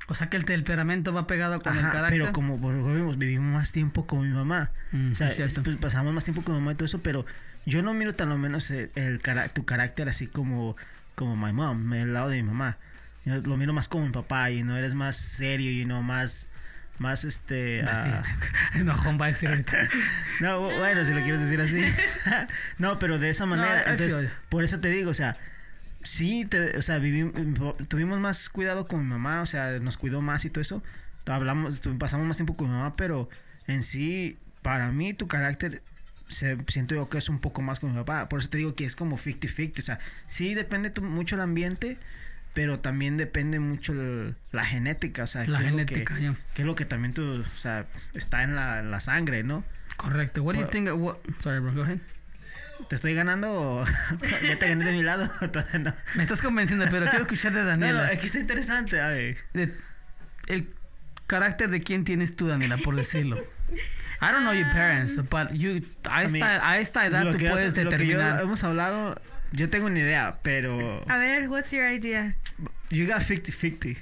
S3: O sea que el temperamento va pegado con el
S1: Ajá,
S3: carácter.
S1: pero como volvemos, vivimos más tiempo con mi mamá.
S3: Mm,
S1: O sea,
S3: es cierto.
S1: pues, pasamos más tiempo con mi mamá y todo eso, pero yo no miro tan lo menos el, el cara- tu carácter así como, como my mom, el lado de mi mamá. Yo lo miro más como mi papá, y no eres más serio, y no más, más este. ah,
S3: Así. Enojón va a decir ahorita.
S1: no, bu- bueno, si lo quieres decir así. no, pero de esa manera.
S3: I- I
S1: entonces,
S3: feel you.
S1: por eso te digo, o sea, sí, te- o sea, vivi- tuvimos más cuidado con mi mamá, o sea, nos cuidó más y todo eso. Hablamos, tu- pasamos más tiempo con mi mamá, pero en sí, para mí, tu carácter. se- siento yo que es un poco más con mi papá. Por eso te digo que es como 50-50. O sea, sí depende tu- mucho el ambiente, pero también depende mucho el- la genética. O sea,
S3: La
S1: qué es lo que-
S3: genética, ya.
S1: que es lo que también tú, o sea, está en la, en la sangre, ¿no?
S3: Correcto. What do you
S1: Bueno.
S3: think? What, sorry, bro. Go ahead.
S1: ¿Te estoy ganando o ya te gané de mi lado? Todavía no.
S3: Me estás convenciendo, pero quiero escuchar de
S1: No, no,
S3: Daniela.
S1: es que está interesante. A ver.
S3: De- el carácter de quién tienes tú, Daniela, por decirlo. I don't know your parents, but you a
S1: I mean,
S3: esta, a esta edad
S1: lo
S3: tú
S1: que
S3: puedes
S1: hace- lo que yo-
S3: determinar. Ah.
S1: hemos hablado, yo tengo una idea, pero...
S2: A ver, what's your idea?
S1: You got 50-50.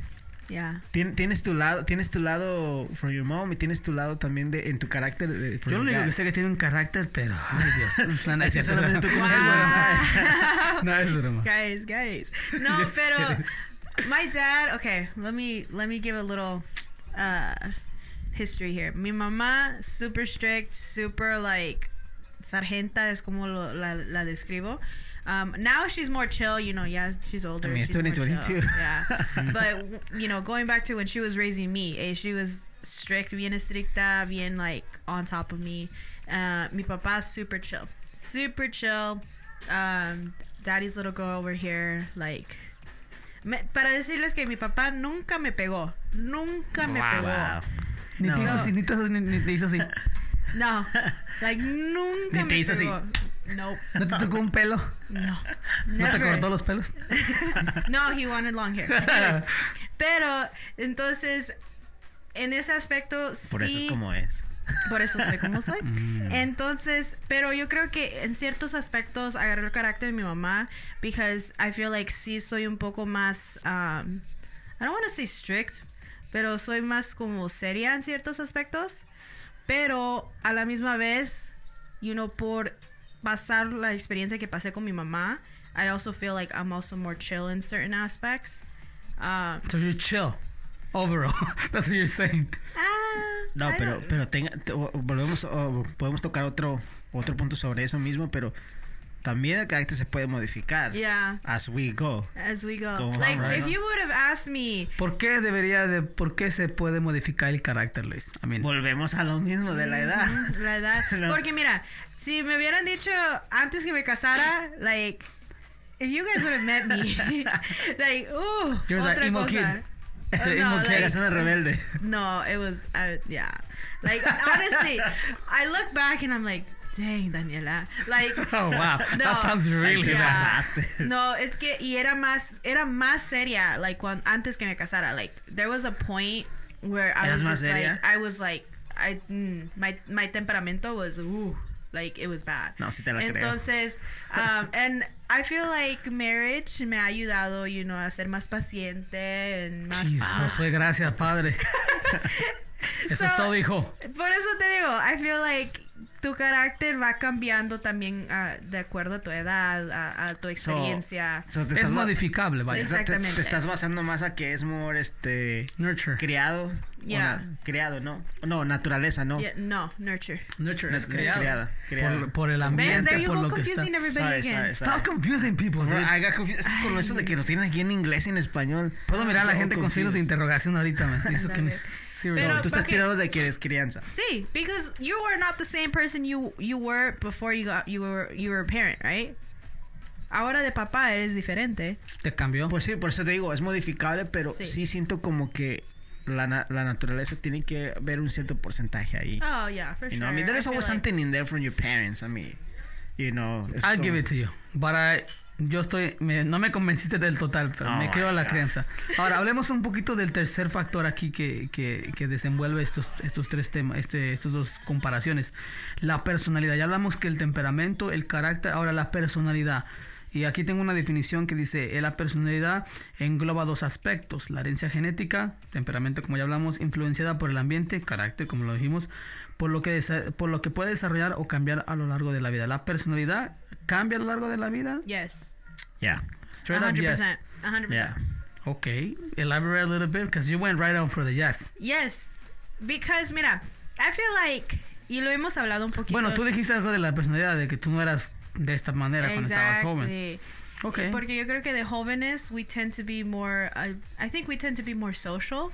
S2: Yeah.
S1: Tien- Tienes tu lado, tienes tu lado from your mom y tienes tu lado también de, en tu carácter de,
S3: Yo,
S1: from
S3: lo
S1: your
S3: único
S1: dad.
S3: que sé que tiene un carácter, pero ay Dios, no, no
S1: Es que
S3: es cierto,
S1: solamente tú
S3: no.
S1: conoces
S2: Wow.
S3: No es broma.
S2: guys, guys. No,
S3: Just
S2: pero
S3: kidding.
S2: my dad. Okay, let me let me give a little uh, history here. Mi mamá super strict, super like sargenta es como lo, la, la describo. Um, now she's more chill, you know. Yeah, she's older.
S1: mean, it's
S2: she's more
S1: 2022.
S2: chill, Yeah, but you know, going back to when she was raising me, eh, she was strict, bien estricta, bien like on top of me. Uh, mi papa's super chill, super chill. Um, daddy's little girl over here, like. Me, para decirles que mi papá nunca me pegó, nunca me pegó.
S3: Ni
S1: No.
S3: te hizo así, ni te, ni- ni te hizo así.
S2: No, like
S1: Ni
S2: nunca
S1: te
S2: me
S1: hizo así.
S2: pegó. Nope.
S3: No te tocó un pelo.
S2: No.
S3: No te
S2: Never.
S3: cortó los pelos.
S2: No, he wanted long hair. Anyways, Pero, entonces, en ese aspecto,
S1: Por eso
S2: sí-
S1: es como es.
S2: Por eso soy como soy.
S1: Mm.
S2: Entonces, pero yo creo que en ciertos aspectos agarré el carácter de mi mamá because I feel like sí soy un poco más um, I don't want to say strict, pero soy más como seria en ciertos aspectos, pero a la misma vez, you know, por pasar la experiencia que pasé con mi mamá, I also feel like I'm also more chill in certain aspects. Um,
S3: So you're chill. Overall, that's what you're saying.
S2: ah,
S1: No,
S2: I
S1: pero,
S2: don't-
S1: pero tenga, te- o- o volvemos, o podemos tocar otro, otro punto sobre eso mismo, pero también el carácter se puede modificar.
S2: yeah,
S1: As we go.
S2: as we go.
S1: Go on,
S2: like
S1: right?
S2: if you would have asked me
S3: ¿Por qué debería de, por qué se puede modificar el carácter, Luis? I mean,
S1: Volvemos a lo mismo de la edad.
S3: Mm.
S2: Ujú, Mm, La edad.
S1: No.
S2: Porque mira, si me hubieran dicho antes que me casara, like, if you guys would have met me, like, ooh,
S3: You're
S2: otra
S3: that emo
S2: cosa.
S3: kid.
S2: Uh,
S3: The
S2: no,
S3: emo kid.
S2: like-
S1: Eras una rebelde.
S2: No, it was, uh, yeah. Like, honestly, I look back and I'm like, dang, Daniela. Like,
S3: Oh, wow.
S2: No,
S3: that sounds really
S2: yeah.
S3: bad.
S2: No, es que y era más era más seria like cuando, antes que me casara. Like there was a point where I
S1: ¿Eras
S2: was
S1: más
S2: just
S1: seria?
S2: like I was like I mm, my my temperamento was ooh like it was bad.
S1: No, sí te la creo.
S2: Entonces, um, and I feel like marriage me ha ayudado, you know, a ser más paciente and más
S3: Jeez, Josué, gracias, padre. Eso es
S2: Ah. So-
S3: todo, hijo.
S2: Por eso te digo, I feel like tu carácter va cambiando también ah, de acuerdo a tu edad, a, a tu experiencia.
S1: So, te
S3: Es
S1: estás ba-
S3: modificable,
S1: o
S3: vaya.
S1: sea, te- Te,
S2: Exactamente.
S1: estás basando más a que es more este
S3: Nurture.
S1: criado. o
S2: Yeah.
S1: na- criado, no. No, naturaleza, no.
S2: Yeah, no, nurture.
S3: Nurture
S1: Na-
S3: es criado.
S1: criada, criada.
S3: Por, por el
S2: Man,
S3: ambiente,
S2: there you
S3: por
S2: go,
S3: lo que está.
S2: confusing everybody
S1: Sorry,
S2: again.
S1: sorry, sorry.
S3: Stop confusing people,
S1: Bro,
S3: dude.
S1: I got confused. Es que con eso de que lo tienen aquí en inglés y en español.
S3: Puedo mirar a la
S1: I'm
S3: gente con signos de
S1: confused.
S3: interrogación ahorita, man. Eso que me-
S2: Ándale.
S3: Seriously.
S2: Pero-
S1: Tú estás
S2: Ok.
S1: tirado de que es crianza.
S2: See, because you were not the same person you you were before you got you were you were a parent, right? Ahora de papá eres diferente.
S3: Te cambió.
S1: Pues sí, por eso te digo, es modificable, pero sí,
S2: Sí.
S1: siento como que la, na- la naturaleza tiene que haber un cierto porcentaje ahí.
S3: Ah,
S2: Oh yeah, for
S1: you
S2: sure.
S1: know, I mean, there is
S2: feel
S1: always
S2: like-
S1: something in there from your parents. I mean, you know. it's
S3: I'll
S1: como-
S3: give it to you. But I- yo estoy, me- no me convenciste del total, pero
S1: Oh
S3: me creo
S1: my
S3: a la
S1: God.
S3: crianza. Ahora, hablemos un poquito del tercer factor aquí que, que- que desenvuelve estos, estos tres temas, este, estos dos comparaciones. La personalidad. Ya hablamos que el temperamento, el carácter, ahora la personalidad. Y aquí tengo una definición que dice, eh, la personalidad engloba dos aspectos, la herencia genética, temperamento como ya hablamos, influenciada por el ambiente, carácter como lo dijimos, por lo que, desa- por lo que puede desarrollar o cambiar a lo largo de la vida. La personalidad cambia a lo largo de la vida.
S2: Yes.
S1: Yeah.
S3: Straight up,
S2: 100%.
S3: yes.
S2: 100%.
S1: Yeah.
S3: Ok, elaborate a little bit because you went right on for the yes.
S2: Yes. Because mira, I feel like y lo hemos hablado un poquito.
S3: Bueno, tú dijiste algo de la personalidad, de que tú no eras de esta manera cuando estabas joven.
S2: Exactly.
S3: Ok.
S2: Porque yo creo que de jóvenes we tend to be more, uh, I think we tend to be more social.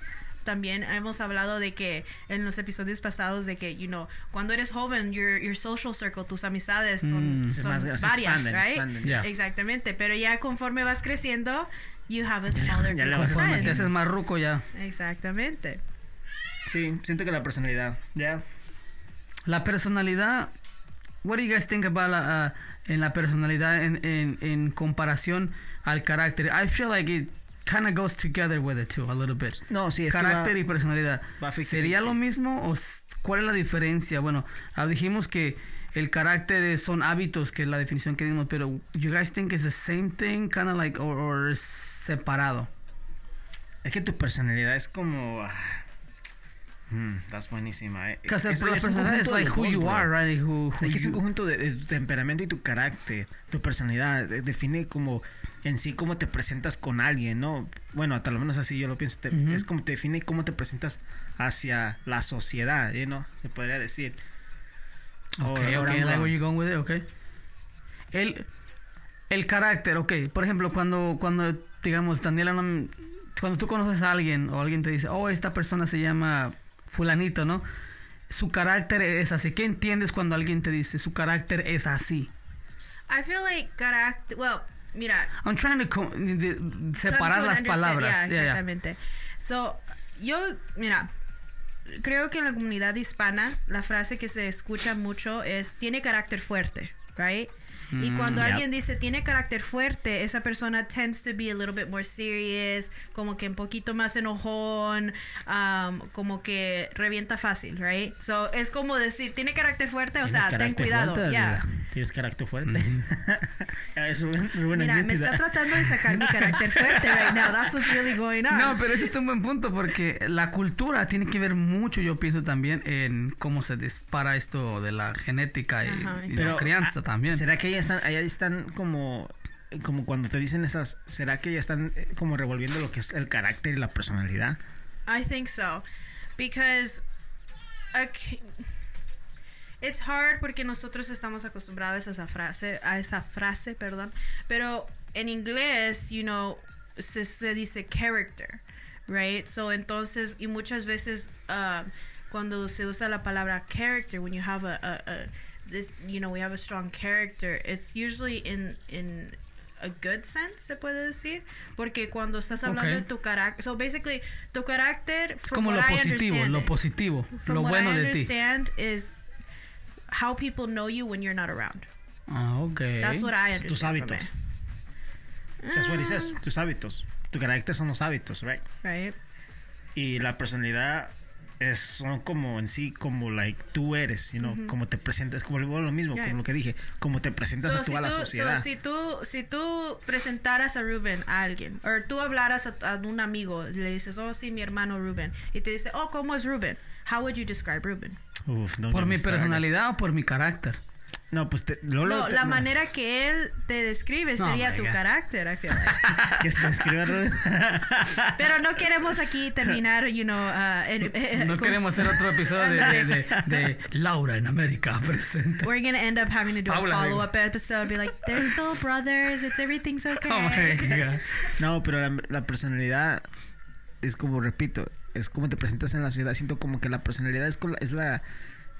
S2: También hemos hablado de que en los episodios pasados de que, you know, cuando eres joven, your, your social circle, tus amistades son,
S3: Mm.
S1: Se
S2: son
S1: más- se
S2: varias,
S1: expanden,
S2: right?
S1: expanden.
S3: Yeah.
S2: Exactamente, pero ya conforme vas creciendo, you have a smaller
S1: ya le
S2: group of
S1: vas
S3: Conforme te
S2: friends.
S3: haces Pues más ruco ya.
S2: Exactamente.
S1: Sí, siento que la personalidad. Yeah.
S3: La personalidad, what do you guys think about la, uh, en la personalidad en, en, en comparación al carácter? I feel like it kind of goes together with it too, a little bit.
S1: No, sí, es que
S3: carácter
S1: va-
S3: y personalidad.
S1: va a afectar-
S3: ¿Sería lo mismo o s- cuál es la diferencia? Bueno, ah, dijimos que el carácter es- son hábitos, que es la definición que dimos, pero you guys think it's the same thing, kind of like, or, or separado.
S1: Es que tu personalidad es como. ah, mm, estás buenísima. eh.
S3: Because la
S1: Es- es un
S3: personalidad es
S1: conjunto de
S3: like
S1: los
S3: who
S1: dos,
S3: you
S1: bro.
S3: are, right? Who, who
S1: Es que es un
S3: you-
S1: conjunto de, de tu temperamento y tu carácter, tu personalidad. de- define como en sí cómo te presentas con alguien, ¿no? Bueno, hasta lo menos así yo lo pienso. te-
S3: Ujú.
S1: Es como te define cómo te presentas hacia la sociedad, ¿eh, ¿no? Se podría decir.
S3: Okay,
S1: Or- or
S3: okay,
S1: I'm
S3: I like
S1: wrong.
S3: where you're going with it, okay. El, el carácter, ok. Por ejemplo, cuando, cuando digamos, Daniela, no- cuando tú conoces a alguien o alguien te dice, oh, esta persona se llama fulanito, ¿no? Su carácter es así. ¿Qué entiendes cuando alguien te dice su carácter es así?
S2: I feel like carácter, well, mira,
S3: I'm trying to co- de- de-
S2: Come
S3: separar
S2: to
S3: las
S2: an
S3: palabras.
S2: understand- yeah,
S3: Yeah, yeah.
S2: exactamente. So, yo, mira, creo que en la comunidad hispana la frase que se escucha mucho es tiene carácter fuerte, right? Y cuando
S1: yep.
S2: alguien dice tiene carácter fuerte, esa persona tends to be a little bit more serious, como que un poquito más enojón, um, como que revienta fácil, right? So es como decir tiene carácter fuerte, o sea, ten cuidado, ya.
S1: Tienes carácter fuerte. es Rubén, Rubén
S2: Mira, me
S1: Añítida.
S2: está tratando de sacar mi carácter fuerte right now. That's what's really going on.
S3: No, pero ese es un buen punto porque la cultura tiene que ver mucho, yo pienso también, en cómo se dispara esto de la genética y,
S2: Ajá,
S3: y
S1: Pero,
S3: la crianza
S1: ah,
S3: también.
S1: ¿Será que ya están, allá están como, como cuando te dicen esas, será que ya están eh, como revolviendo lo que es el carácter y la personalidad?
S2: I think so. Because okay, it's hard porque nosotros estamos acostumbrados a esa frase, a esa frase, perdón. Pero en inglés, you know, se, se dice character, right? So entonces, y muchas veces um, cuando se usa la palabra character, when you have a, a, a this, you know, we have a strong character, it's usually in, in a good sense, se puede decir, porque cuando estás hablando de
S3: Ok.
S2: tu carácter, so basically, tu carácter, from
S3: como
S2: what
S3: lo
S2: I
S3: positivo,
S2: understand
S3: lo
S2: it-
S3: positivo,
S2: from
S3: lo
S2: what
S3: bueno
S2: I
S3: de ti.
S2: understand is how people know you when you're not around.
S3: Ah, ok.
S2: That's what I understand.
S1: Tus
S2: from
S1: hábitos.
S2: it.
S1: That's what it says, Tus hábitos. Tu carácter son los hábitos, right?
S2: Right.
S1: Y la personalidad es, son como en sí, como like tú eres, you know, como te presentas, como vuelvo a lo mismo,
S2: Yeah.
S1: como lo que dije, como te presentas
S2: So,
S1: a
S2: si,
S1: toda la
S2: tú,
S1: sociedad.
S2: so, si, tú, si tú presentaras a Ruben a alguien, o tú hablaras a, a un amigo, le dices, oh, sí, mi hermano Ruben, y te dice, oh, ¿cómo es Ruben? How would you describe Ruben?
S1: Uf, don't
S3: ¿Por
S1: get me
S3: mi
S1: started.
S3: personalidad o por mi carácter?
S1: No, pues te, Lolo,
S2: No,
S1: te-
S2: la
S1: no.
S2: manera que él te describe
S3: No,
S2: sería
S3: my
S2: tu
S3: God.
S2: carácter, I feel like.
S1: que se describe Rubén.
S2: Pero no queremos aquí terminar, you know, uh, en- eh,
S3: No
S2: con-
S3: queremos hacer otro episodio de, de, de- de Laura en América presente.
S2: We're gonna end up having to do
S3: Paula,
S2: a follow up episode, be like, they're still brothers, it's everything's okay.
S3: Oh my God.
S1: No, pero la, la personalidad es como, repito, es como te presentas en la ciudad. Siento como que la personalidad es, con- es la...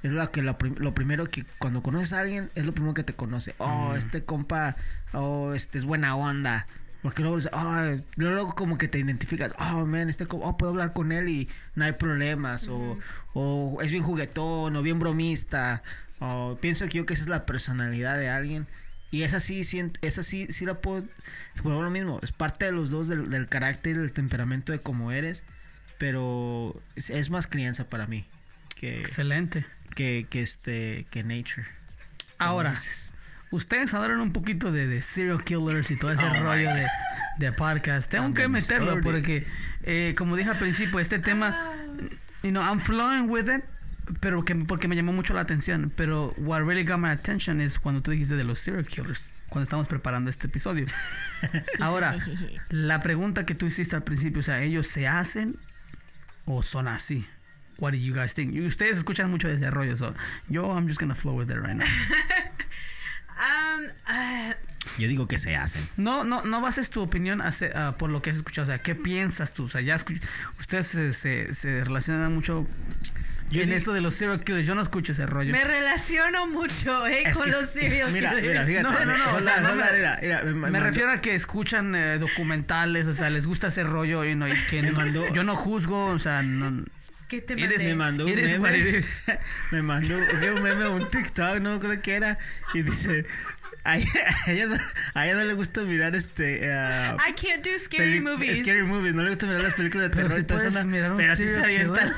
S1: Es la que la prim- lo primero que cuando conoces a alguien es lo primero que te conoce. Oh, este compa, oh, este es buena onda. Porque luego, dices, oh, luego, luego como que te identificas. Oh, man, este co- oh, puedo hablar con él y no hay problemas. o, o es bien juguetón o bien bromista. O pienso que yo que esa es la personalidad de alguien. Y esa sí, sient- esa sí, sí la puedo... Bueno, lo mismo, es parte de los dos, del, del carácter y del temperamento de cómo eres, pero es, es más crianza para mí que,
S3: Excelente.
S1: que, que este, que nature. como
S3: Ahora,
S1: dices.
S3: ustedes hablaron un poquito de, de serial killers y todo ese
S1: Oh, my
S3: rollo de, de podcast. Tengo
S1: I'm
S3: que
S1: getting
S3: meterlo
S1: started. Ah.
S3: porque, eh, como dije al principio, este tema, you know, I'm flowing with it, pero que, porque me llamó mucho la atención. Pero what really got my attention es cuando tú dijiste de los serial killers, cuando estábamos preparando este episodio. Ahora, la pregunta que tú hiciste al principio, o sea, ¿ellos se hacen o son así? What do you guys think? Y Ustedes escuchan mucho de ese rollo, so yo I'm just gonna flow with it right now.
S2: Um, uh,
S1: Yo digo que se hacen.
S3: No, no, no bases tu opinión hace- ah, por lo que has escuchado. O sea, ¿qué piensas tú? O sea, ya escuch- ustedes se, se- se relacionan mucho
S1: Yo
S3: en
S1: di-
S3: eso de los serial killers. Yo no escucho ese rollo.
S2: me relaciono mucho eh,
S1: Es
S2: con
S1: que-
S2: los serial
S1: mira,
S2: killers.
S1: mira, fíjate.
S3: No, no, no,
S1: mira,
S3: o
S1: hola,
S3: sea, no
S1: hola,
S3: me-
S1: mira, mira, me,
S3: Me refiero a que escuchan eh, documentales, o sea, les gusta ese rollo you know, y que
S1: Me
S3: no-
S1: mandó-
S3: yo no juzgo, o sea, no,
S2: ¿Qué te
S3: Eres
S2: mandé?
S1: me mandó un
S3: It is
S1: meme.
S3: what it is.
S1: me mandó fue un meme, un TikTok, no creo que era. Y dice, a ella, a ella no, a ella no le gusta mirar este... ah,
S2: I can't do scary
S1: Peli-
S2: movies.
S1: Scary movies, no le gusta mirar las películas de
S3: Pero
S1: terror.
S3: si
S1: entonces
S3: puedes
S1: anda-
S3: mirar un
S1: pero así se
S3: serial
S1: avientan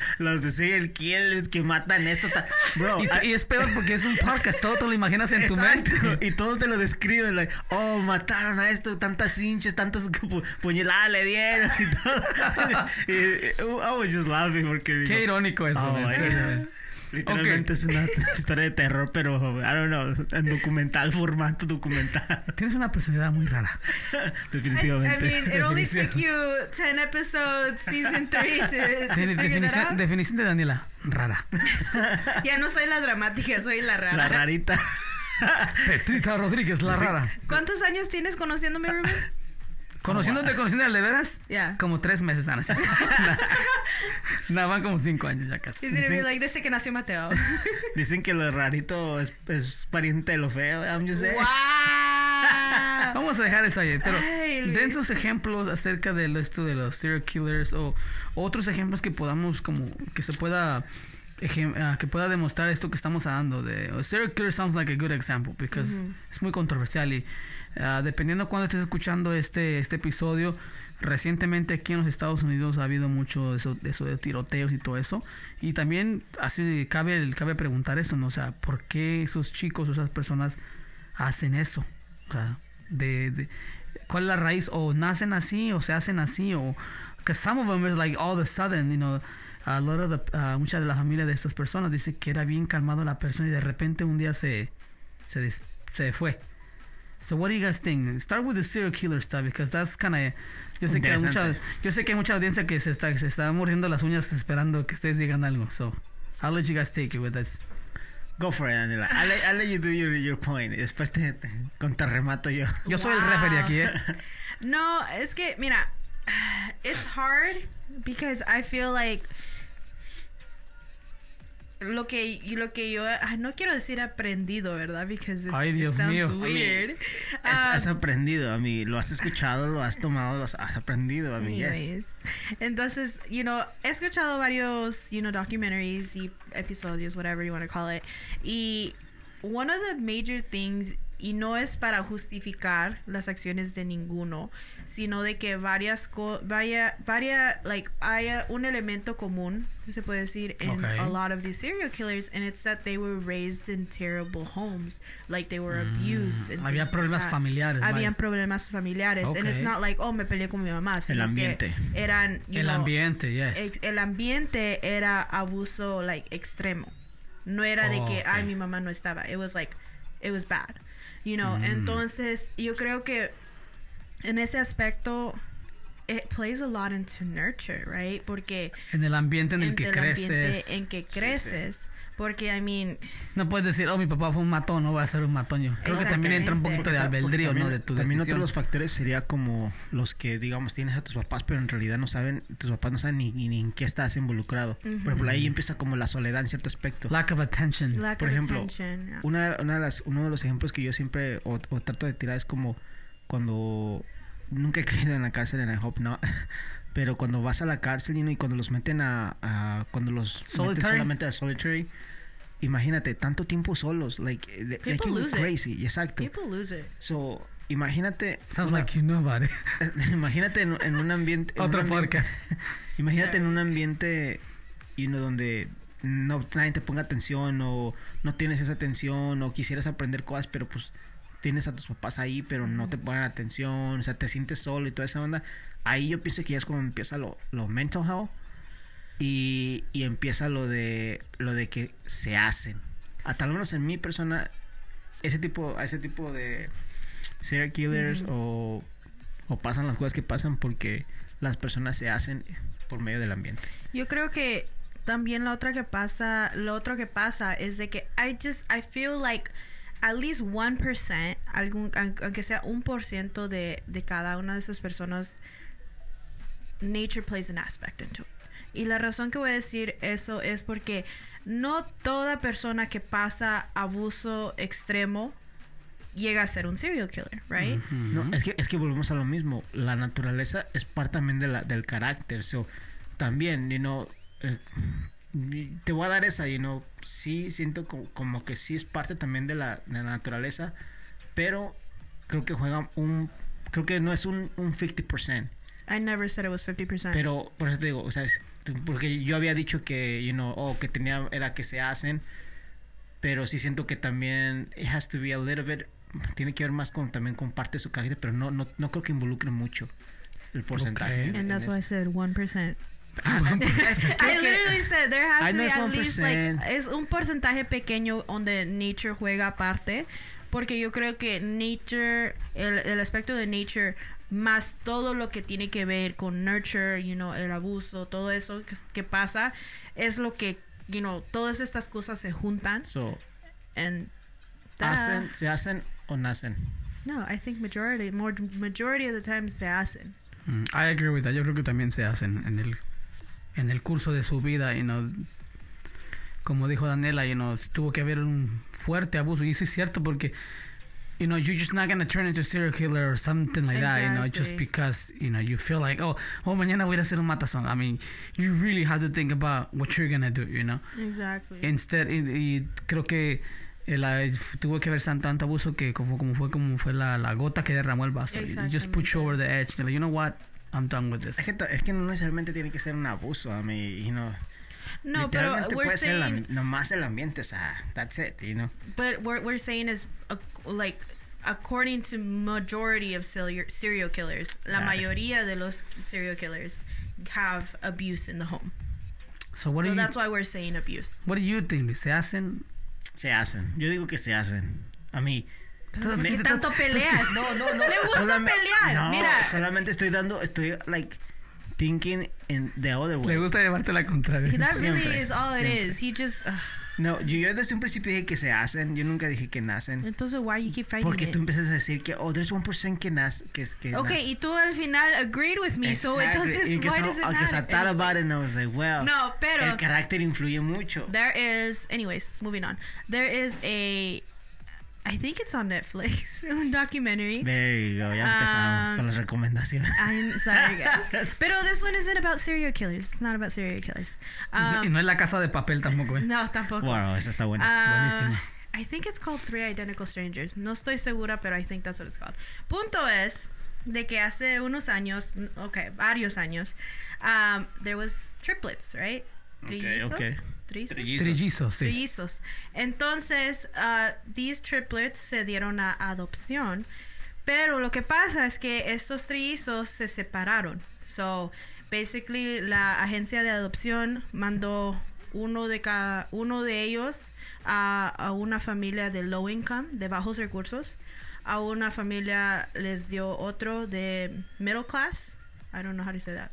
S1: los de serial killers que matan esto. ta- Bro,
S3: Y,
S1: ah,
S3: y es peor porque es un podcast, todo te lo imaginas en tu
S1: exacto,
S3: mente.
S1: Y todos te lo describen, like, oh, mataron a esto, tantas hinchas, tantas pu- puñaladas le dieron y todo. y, y- I was just laughing porque digo,
S3: Qué irónico eso.
S1: Oh,
S3: en
S1: my
S3: serio.
S1: God. Literalmente
S3: Ok.
S1: es una historia de terror, pero I don't know, en documental, formato documental,
S3: Tienes una personalidad muy rara.
S2: I, I
S1: definitivamente.
S2: mean, it only
S3: Definición.
S2: took you 10 episodes, season 3 to, to figure
S3: Defini-
S2: that
S3: definición,
S2: out.
S3: definición de Daniela, rara.
S2: Ya no soy la dramática, soy la rara.
S1: La rarita.
S3: Petrita Rodríguez, la rara.
S2: ¿Cuántos años tienes conociéndome, Ruben?
S3: Conociéndote, conociéndote de veras,
S2: Yeah.
S3: como tres meses, Ana. Nada, van como cinco años ya casi.
S2: She's gonna be
S1: Dicen-
S2: like, desde que nació Mateo.
S1: Dicen que lo rarito es, es pariente de lo feo. I'm just saying.
S2: ¡Wow!
S3: Vamos a dejar eso ahí, pero
S2: Ay, Luis.
S3: den sus ejemplos acerca de lo- esto de los serial killers o otros ejemplos que podamos como que se pueda ejem- ah, que pueda demostrar esto que estamos hablando de o serial killer sounds like a good example because es muy controversial y ah, dependiendo cuando estés escuchando este este episodio recientemente aquí en los Estados Unidos ha habido mucho eso eso de tiroteos y todo eso y también así cabe el- cabe preguntar eso no o sea por qué esos chicos o esas personas hacen eso o sea, de, de- ¿cuál es la raíz? O nacen así, o se hacen así, o... que some of them is like all of a sudden, you know, a lot of the, ah, muchas de la familia de estas personas dice que era bien calmado la persona y de repente un día se, se, des- se fue. So what do you guys think? Start with the serial killer stuff because that's kind of yo sé que hay mucha
S1: Interesante.
S3: yo sé que hay mucha audiencia que se está que se está mordiendo las uñas esperando que ustedes digan algo. So I'll let you guys take it with us.
S1: Go for it, Daniela. I'll, let- I'll let you do your, your point. Después te, te contrarremato yo.
S3: Yo soy el
S2: Wow.
S3: referee aquí, eh.
S2: No, es que, mira, it's hard because I feel like lo que, y lo que yo ah, no quiero decir aprendido, ¿verdad? Because it's-
S3: Ay,
S2: it
S3: Dios
S2: sounds
S3: mío.
S2: weird.
S1: Has,
S2: Ah,
S1: has aprendido, mí Lo has escuchado, lo has tomado, lo has has aprendido, mí Yes.
S2: Anyways, Entonces, you know, he escuchado varios, you know, documentaries y episodios, whatever you want to call it. Y one of the major things, y no es para justificar las acciones de ninguno, sino de que varias, co vaya, varia, like, haya un elemento común, se puede decir, in
S3: Okay.
S2: a lot of these serial killers, and it's that they were raised in terrible homes, like they were abused. and
S3: Mm. Había
S2: things like
S3: problemas
S2: that.
S3: familiares.
S2: Habían
S3: vaya.
S2: problemas familiares. And it's
S3: Ok.
S2: not like, oh, me peleé con mi mamá. sino que
S1: ambiente.
S2: Eran, you
S3: El
S2: know,
S3: ambiente, yes.
S2: ex- el ambiente era abuso, like, extremo. No era de
S3: Oh,
S2: que,
S3: ok.
S2: ay, mi mamá no estaba. It was like, it was bad. You know,
S1: Mm.
S2: entonces, yo creo que en ese aspecto, it plays a lot into nurture, right? Porque
S3: en el ambiente en el que
S2: entre el
S3: creces.
S2: ambiente en que creces. Porque, I mean,
S3: No puedes decir, oh, mi papá fue un matón, no voy a ser un matón yo. Creo que también entra un poquito
S1: Porque
S3: de
S1: ta- porque
S3: albedrío,
S1: también-
S3: ¿no? De tu
S1: También otro
S3: decisión.
S1: de los factores sería como los que, digamos, tienes a tus papás, pero en realidad no saben, tus papás no saben ni, ni- ni en qué estás involucrado. Por ejemplo,
S3: Mm.
S1: ahí empieza como la soledad en cierto aspecto.
S3: Lack of attention.
S2: lack
S1: Por
S2: of
S1: ejemplo,
S2: attention, yeah.
S1: Una, una de las, uno de los ejemplos que yo siempre o, o trato de tirar es como cuando nunca he caído en la cárcel, en I hope not, pero cuando vas a la cárcel you know, y cuando los meten a, a- cuando los meten
S3: Solitary.
S1: solamente a solitary, imagínate tanto tiempo solos, like they, they
S2: People
S1: can go
S2: lose it.
S1: crazy, exacto.
S2: People lose it.
S1: So imagínate,
S3: Sounds
S1: una-
S3: like you know about it.
S1: imagínate en, en un ambiente, en un
S3: Otro
S1: ambiente-
S3: podcast.
S1: Imagínate en un ambiente you know, donde no, nadie te ponga atención o no tienes esa atención o quisieras aprender cosas, pero pues tienes a tus papás ahí, pero no te ponen atención, o sea, te sientes solo y toda esa onda. Ahí yo pienso que ya es cuando empieza lo, lo mental health y, y empieza lo de, lo de que se hacen. Hasta al menos en mi persona, ese tipo, a ese tipo de serial killers o, o pasan las cosas que pasan porque las personas se hacen por medio del ambiente.
S2: Yo creo que también la otra que pasa, lo otro que pasa es de que I just I feel like at least 1%, algún aun- aunque sea un por ciento de de cada una de esas personas nature plays an aspect into it. Y la razón que voy a decir eso es porque no toda persona que pasa abuso extremo llega a ser un serial killer, right?
S3: Mm.
S1: No, es que, es que volvemos a lo mismo. La naturaleza es parte también de la, del carácter. So, también, you know, eh, y te voy a dar esa, you know. Sí, siento co- como, que sí es parte también de la, de la naturaleza, pero creo que juega un. Creo que no es un, un 50%.
S2: I never said it was 50%.
S1: Pero por eso te digo, o sea, es- porque yo había dicho que, you know, oh, que tenía, era que se hacen, pero sí siento que también it has to be a little bit, tiene que ver más con también con parte de su carácter, pero no, no, no creo que involucre mucho el porcentaje. en
S3: Ok.
S2: And that's
S1: eso.
S2: why I said 1%.
S1: Ah, no,
S2: I
S1: creo que-
S2: literally said there has
S1: Ay,
S2: to
S1: no
S2: be
S1: es
S2: at least like
S1: 1%.
S2: es un porcentaje pequeño donde nature juega aparte porque yo creo que nature el, el aspecto de nature más todo lo que tiene que ver con nurture, you know, el abuso, todo eso que, que pasa es lo que you know, todas estas cosas se juntan
S1: So,
S2: and that-
S1: hacen, ¿Se hacen o nacen?
S2: No, I think majority more majority of the time se hacen.
S3: Mm, I agree with that. Yo creo que también se hacen en el, en el curso de su vida, you know. Como dijo Daniela, you know, tuvo que haber un fuerte abuso. Y eso es cierto porque, you know, you're just not gonna turn into a serial killer or something like that, you know, just
S2: Exactly.
S3: because, you know, you feel like, oh, oh, mañana voy a ir a hacer un matazón. I mean, you really have to think about what you're gonna do, you know.
S2: Exactly.
S3: Instead, y, y creo que eh, la- tuvo que haber tan- tanto abuso que como, como fue como fue la, la gota que derramó el vaso. You just put you over the edge. You're like, you know what? I'm done with this.
S1: Es que, to- es que no necesariamente tiene que ser un abuso, a mí, you know.
S2: no, pero
S1: Literalmente
S2: we're
S1: puede ser el
S2: saying
S1: am- nomás el ambiente, o sea, that's it, you know.
S2: But what we're saying is, ac- like, according to majority of serial serial killers, la
S1: Claro.
S2: mayoría de los serial killers have abuse in the home.
S3: So what
S2: so
S3: do you
S2: that's why we're saying abuse.
S3: what do you think? Luis? ¿Se hacen?
S1: Se hacen, yo digo que se hacen. A mí,
S3: Entonces,
S2: ¿Qué
S3: ¿qué
S2: tanto peleas?
S1: No, no, no.
S2: Le gusta
S1: Solam-
S2: pelear.
S1: No,
S2: Mira.
S1: solamente estoy dando, estoy like thinking in the other way.
S3: Le gusta llevarte la contraria.
S2: That really
S1: Siempre,
S2: is all it
S1: siempre.
S2: is. He just. ugh.
S5: No, yo, yo desde un principio dije que se hacen. Yo nunca dije que nacen.
S2: Entonces, why you keep fighting
S5: Porque
S2: it?
S5: tú empiezas a decir que, oh, there's 1% que nace. Que, es- que
S2: Okay, y tú al final agreed with me, so
S5: Exactly.
S2: entonces,
S5: Y que
S2: why
S5: so-
S2: does it
S5: I guess I
S2: matter?
S5: thought about it and I was like, well,
S2: No, pero
S5: el carácter influye mucho.
S2: there is, anyways, moving on. There is a, I think it's on Netflix, un documentary.
S5: There you go. Ya empezamos
S2: Um,
S5: con las recomendaciones.
S2: I'm sorry, guys.
S5: That's-
S2: Pero this one isn't about serial killers. It's not about serial killers.
S3: y
S2: Um,
S3: no es la casa de papel tampoco, ¿eh?
S2: no, tampoco.
S5: Wow, esa está buena.
S2: Uh,
S3: Buenísima.
S2: I think it's called Three Identical Strangers. No estoy segura, pero I think that's what it's called. Punto es de que hace unos años, okay, varios años, um, there was triplets, right?
S5: Okay,
S2: Trillizos?
S5: okay.
S2: Trillizos?
S3: Trillizos, sí.
S2: Trillizos. Entonces, ah, these triplets se dieron a adopción. Pero lo que pasa es que estos trillizos se separaron. So, basically, la agencia de adopción mandó uno de cada uno de ellos a, a una familia de low income, de bajos recursos. A una familia les dio otro de middle class. I don't know how to say that.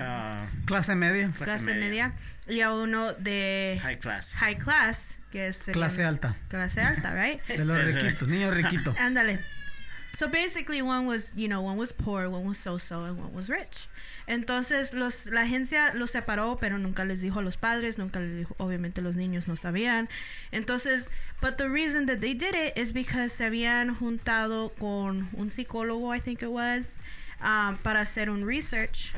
S5: Ah,
S3: Clase media,
S5: clase media.
S2: media. Y a uno de
S5: High class.
S2: high class, que es sería-
S3: clase alta.
S2: clase alta, right?
S3: De los
S5: Sí.
S3: riquitos, niños riquitos.
S2: Ándale. So basically one was, you know, one was poor, one was so-so, and one was rich. Entonces los, la agencia los separó, pero nunca les dijo a los padres, nunca les dijo, obviamente los niños no sabían. Entonces, but the reason that they did it is because se habían juntado con un psicólogo, I think it was, um, para hacer un research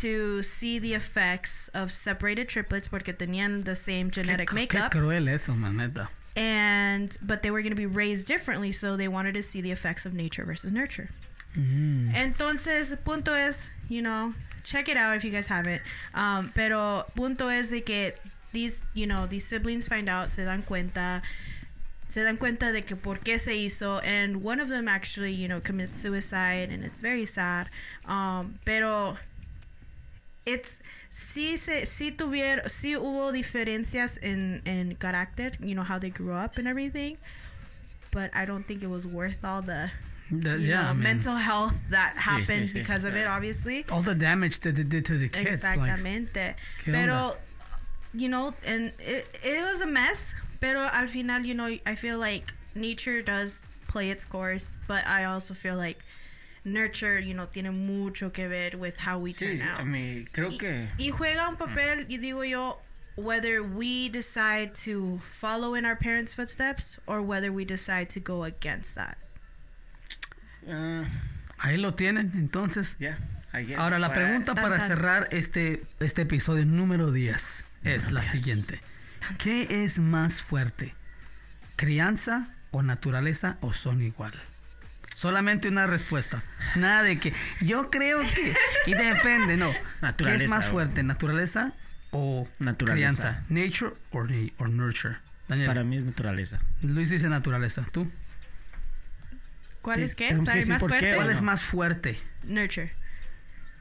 S2: to see the effects of separated triplets porque tenían the same
S3: Qué,
S2: genetic
S3: cru- qué
S2: makeup
S3: cruel eso, man, neta.
S2: and but they were going to be raised differently so they wanted to see the effects of nature versus nurture
S3: Mm.
S2: entonces punto es you know check it out if you guys haven't um, pero punto es de que these you know these siblings find out se dan cuenta se dan cuenta de que por qué se hizo and one of them actually you know commits suicide and it's very sad um, pero it's sí se sí tuvieron sí hubo diferencias en en carácter you know how they grew up and everything but I don't think it was worth all the
S5: Uh,
S3: The-
S2: you
S3: yeah,
S2: know,
S3: man.
S2: mental health that
S5: Sí,
S2: happened
S5: sí, sí,
S2: because of it,
S5: claro.
S2: obviously.
S3: All the damage that they did to the kids. like,
S2: Exactamente.
S3: ¿qué
S2: Pero, you know, and it, it was a mess. Pero al final, you know, I feel like nature does play its course, but I also feel like nurture, you know, tiene mucho que ver with how we
S5: Sí,
S2: turn out.
S5: a mí creo que...
S2: Y juega un papel, y digo yo, whether we decide to follow in our parents' footsteps or whether we decide to go against that.
S5: ah,
S3: Ahí lo tienen, entonces.
S5: ya, I guess.
S3: Ahora, la pregunta
S2: Tan,
S3: para
S2: tan.
S3: cerrar este, este episodio número 10 es la siguiente. ¿Qué es más fuerte? ¿Crianza o naturaleza o son igual? Solamente una respuesta. Nada de que yo creo que... Y depende, no. ¿Qué
S5: Naturaleza,
S3: es más
S5: güey.
S3: fuerte? ¿Naturaleza o
S5: Naturaleza.
S3: crianza? ¿Nature or, ni- or nurture? Daniel,
S5: Para mí es naturaleza.
S3: Luis dice naturaleza. ¿Tú?
S2: ¿Cuál
S5: Te-
S2: es qué?
S5: tenemos que
S2: ¿Sabe
S5: decir
S2: más
S5: por qué,
S2: fuerte?
S5: ¿o
S3: ¿Cuál
S5: no?
S3: es más fuerte?
S2: Nurture.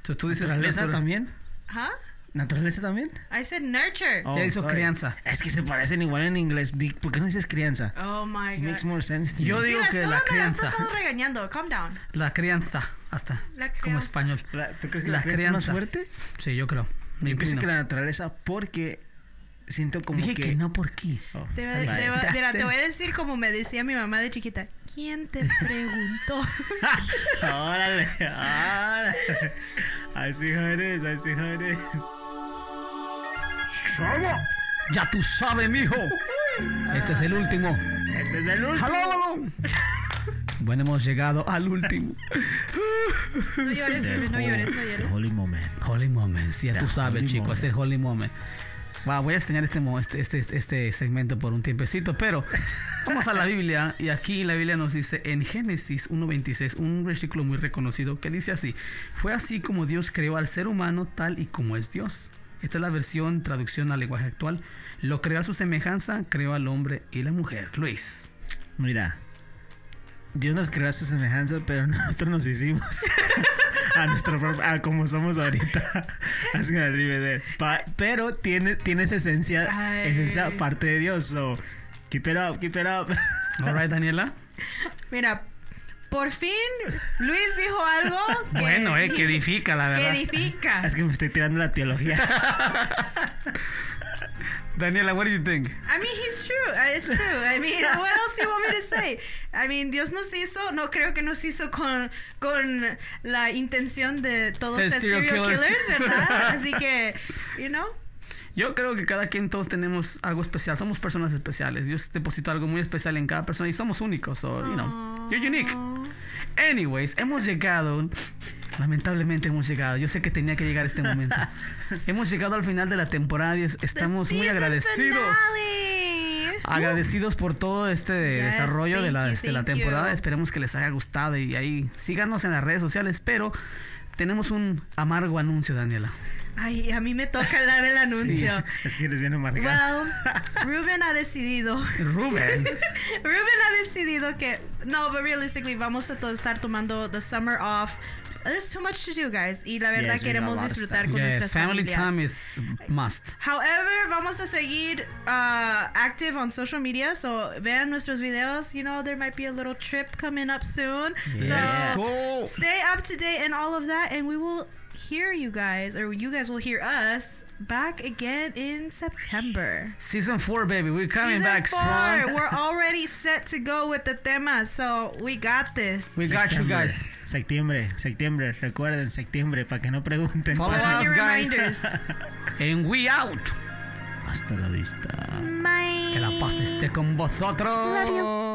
S3: Tú, tú dices
S5: ¿Naturaleza
S3: natura-
S5: también?
S2: Huh?
S5: ¿Naturaleza también?
S2: ¿Ah? I said nurture. Oh,
S5: Oh,
S3: Ya hizo
S5: sorry.
S3: crianza.
S5: Es que se parecen igual en inglés. Dick, ¿Por qué no dices crianza?
S2: Oh my
S5: It makes
S2: god.
S5: more sense to
S3: Yo
S5: me.
S3: digo
S2: Mira,
S3: que
S2: solo me
S3: la
S2: la has
S3: crianza.
S2: pasado regañando. Calm down.
S3: La crianza, hasta.
S2: La
S3: Como
S2: crianza.
S3: español.
S5: La- ¿Tú crees que la,
S3: La
S5: crianza es más
S3: crianza.
S5: fuerte?
S3: Sí, yo creo. Me
S5: Yo pienso
S3: opino.
S5: que la naturaleza porque siento como
S3: Dije que...
S5: que...
S3: no, ¿por qué?
S5: Oh,
S2: Te, va-
S5: vale.
S2: te va-
S3: Ya
S2: mira,
S3: sé.
S2: te voy a decir como me decía mi mamá de chiquita. ¿Quién te preguntó?
S5: órale, órale. I see how it is, I see how it is.
S3: Ya tú sabes, mijo. Este es el último.
S5: Este es el último.
S3: ¡Aló, aló! Bueno, hemos llegado al último.
S2: No llores, bebé, no llores, no
S5: The
S2: llores.
S5: holy moment.
S3: Holy Moment, sí, ya tú
S5: The
S3: sabes,
S5: Holy
S3: chicos,
S5: Moment.
S3: ese Holy Moment. Wow, voy a extrañar este, mo- este, este, este segmento por un tiempecito, pero vamos a la Biblia y aquí la Biblia nos dice en Génesis 1.26, un versículo muy reconocido que dice así, fue así como Dios creó al ser humano tal y como es Dios. Esta es la versión, traducción al lenguaje actual. Lo creó a su semejanza, creó al hombre y la mujer. Luis.
S5: Mira, Dios nos creó a su semejanza, pero nosotros nos hicimos a nuestro propio, a como somos ahorita. Así que arriveder. Pa- Pero tiene, tiene esa esencia,
S2: Ay.
S5: esencia parte de Dios. So, keep it up, keep it up.
S3: All right, Daniela.
S2: Mira, por fin Luis dijo algo. que-
S3: Bueno, eh, que edifica, la
S2: que
S3: verdad.
S2: edifica.
S5: Es que me estoy tirando la teología.
S3: Daniela, what do you think?
S2: I mean, he's it's true. I mean, what else do you want me to say? I mean, Dios nos hizo, no creo que nos hizo con, con la intención de todos
S3: Ser
S2: ser
S3: serial
S2: serial
S3: killers.
S2: killers, ¿verdad? Así que, you know,
S3: Yo creo que cada quien, todos tenemos algo especial. Somos personas especiales. Dios depositó algo muy especial en cada persona y somos únicos. So, you know, you're unique. Anyways, hemos llegado. Lamentablemente hemos llegado. Yo sé que tenía que llegar este momento. hemos llegado al final de la temporada y es-
S2: The
S3: estamos muy
S2: season
S3: agradecidos. Uh.
S2: finale.
S3: Agradecidos por todo este
S2: Yes,
S3: desarrollo de
S2: thank
S3: la,
S2: you,
S3: de la
S2: thank
S3: temporada.
S2: you.
S3: Esperemos que les haya gustado y ahí síganos en las redes sociales. Pero tenemos un amargo anuncio, Daniela.
S2: Ay, a mí me toca dar el anuncio.
S1: Es que eres bien amargado.
S2: Well, Ruben ha decidido
S3: Rubén.
S2: Ruben ha decidido que no, but realistically vamos a to- estar tomando the summer off. There's too much to do, guys, y la verdad
S1: Yes, we got
S2: queremos
S1: a lot of
S2: disfrutar
S1: stuff.
S2: con
S3: yes,
S2: nuestras
S3: family
S2: familias.
S3: time is must.
S2: However, vamos a seguir uh, active on social media, so vean nuestros videos. You know, there might be a little trip coming up soon.
S1: Yeah.
S2: So
S3: Go.
S2: stay up to date and all of that, and we will hear you guys, or you guys will hear us back again in September.
S3: Season 4, baby. We're coming
S2: Season
S3: back strong.
S2: four, We're already set to go with the tema, so we got this.
S3: We got you guys.
S1: Septiembre, septiembre, recuerden septiembre para que no pregunten.
S3: Follow
S2: Put on
S3: us,
S2: your
S3: guys.
S2: reminders.
S3: And we out.
S1: Hasta la vista.
S2: Bye.
S3: Que la paz esté con vosotros.
S2: Love you.
S3: Oh.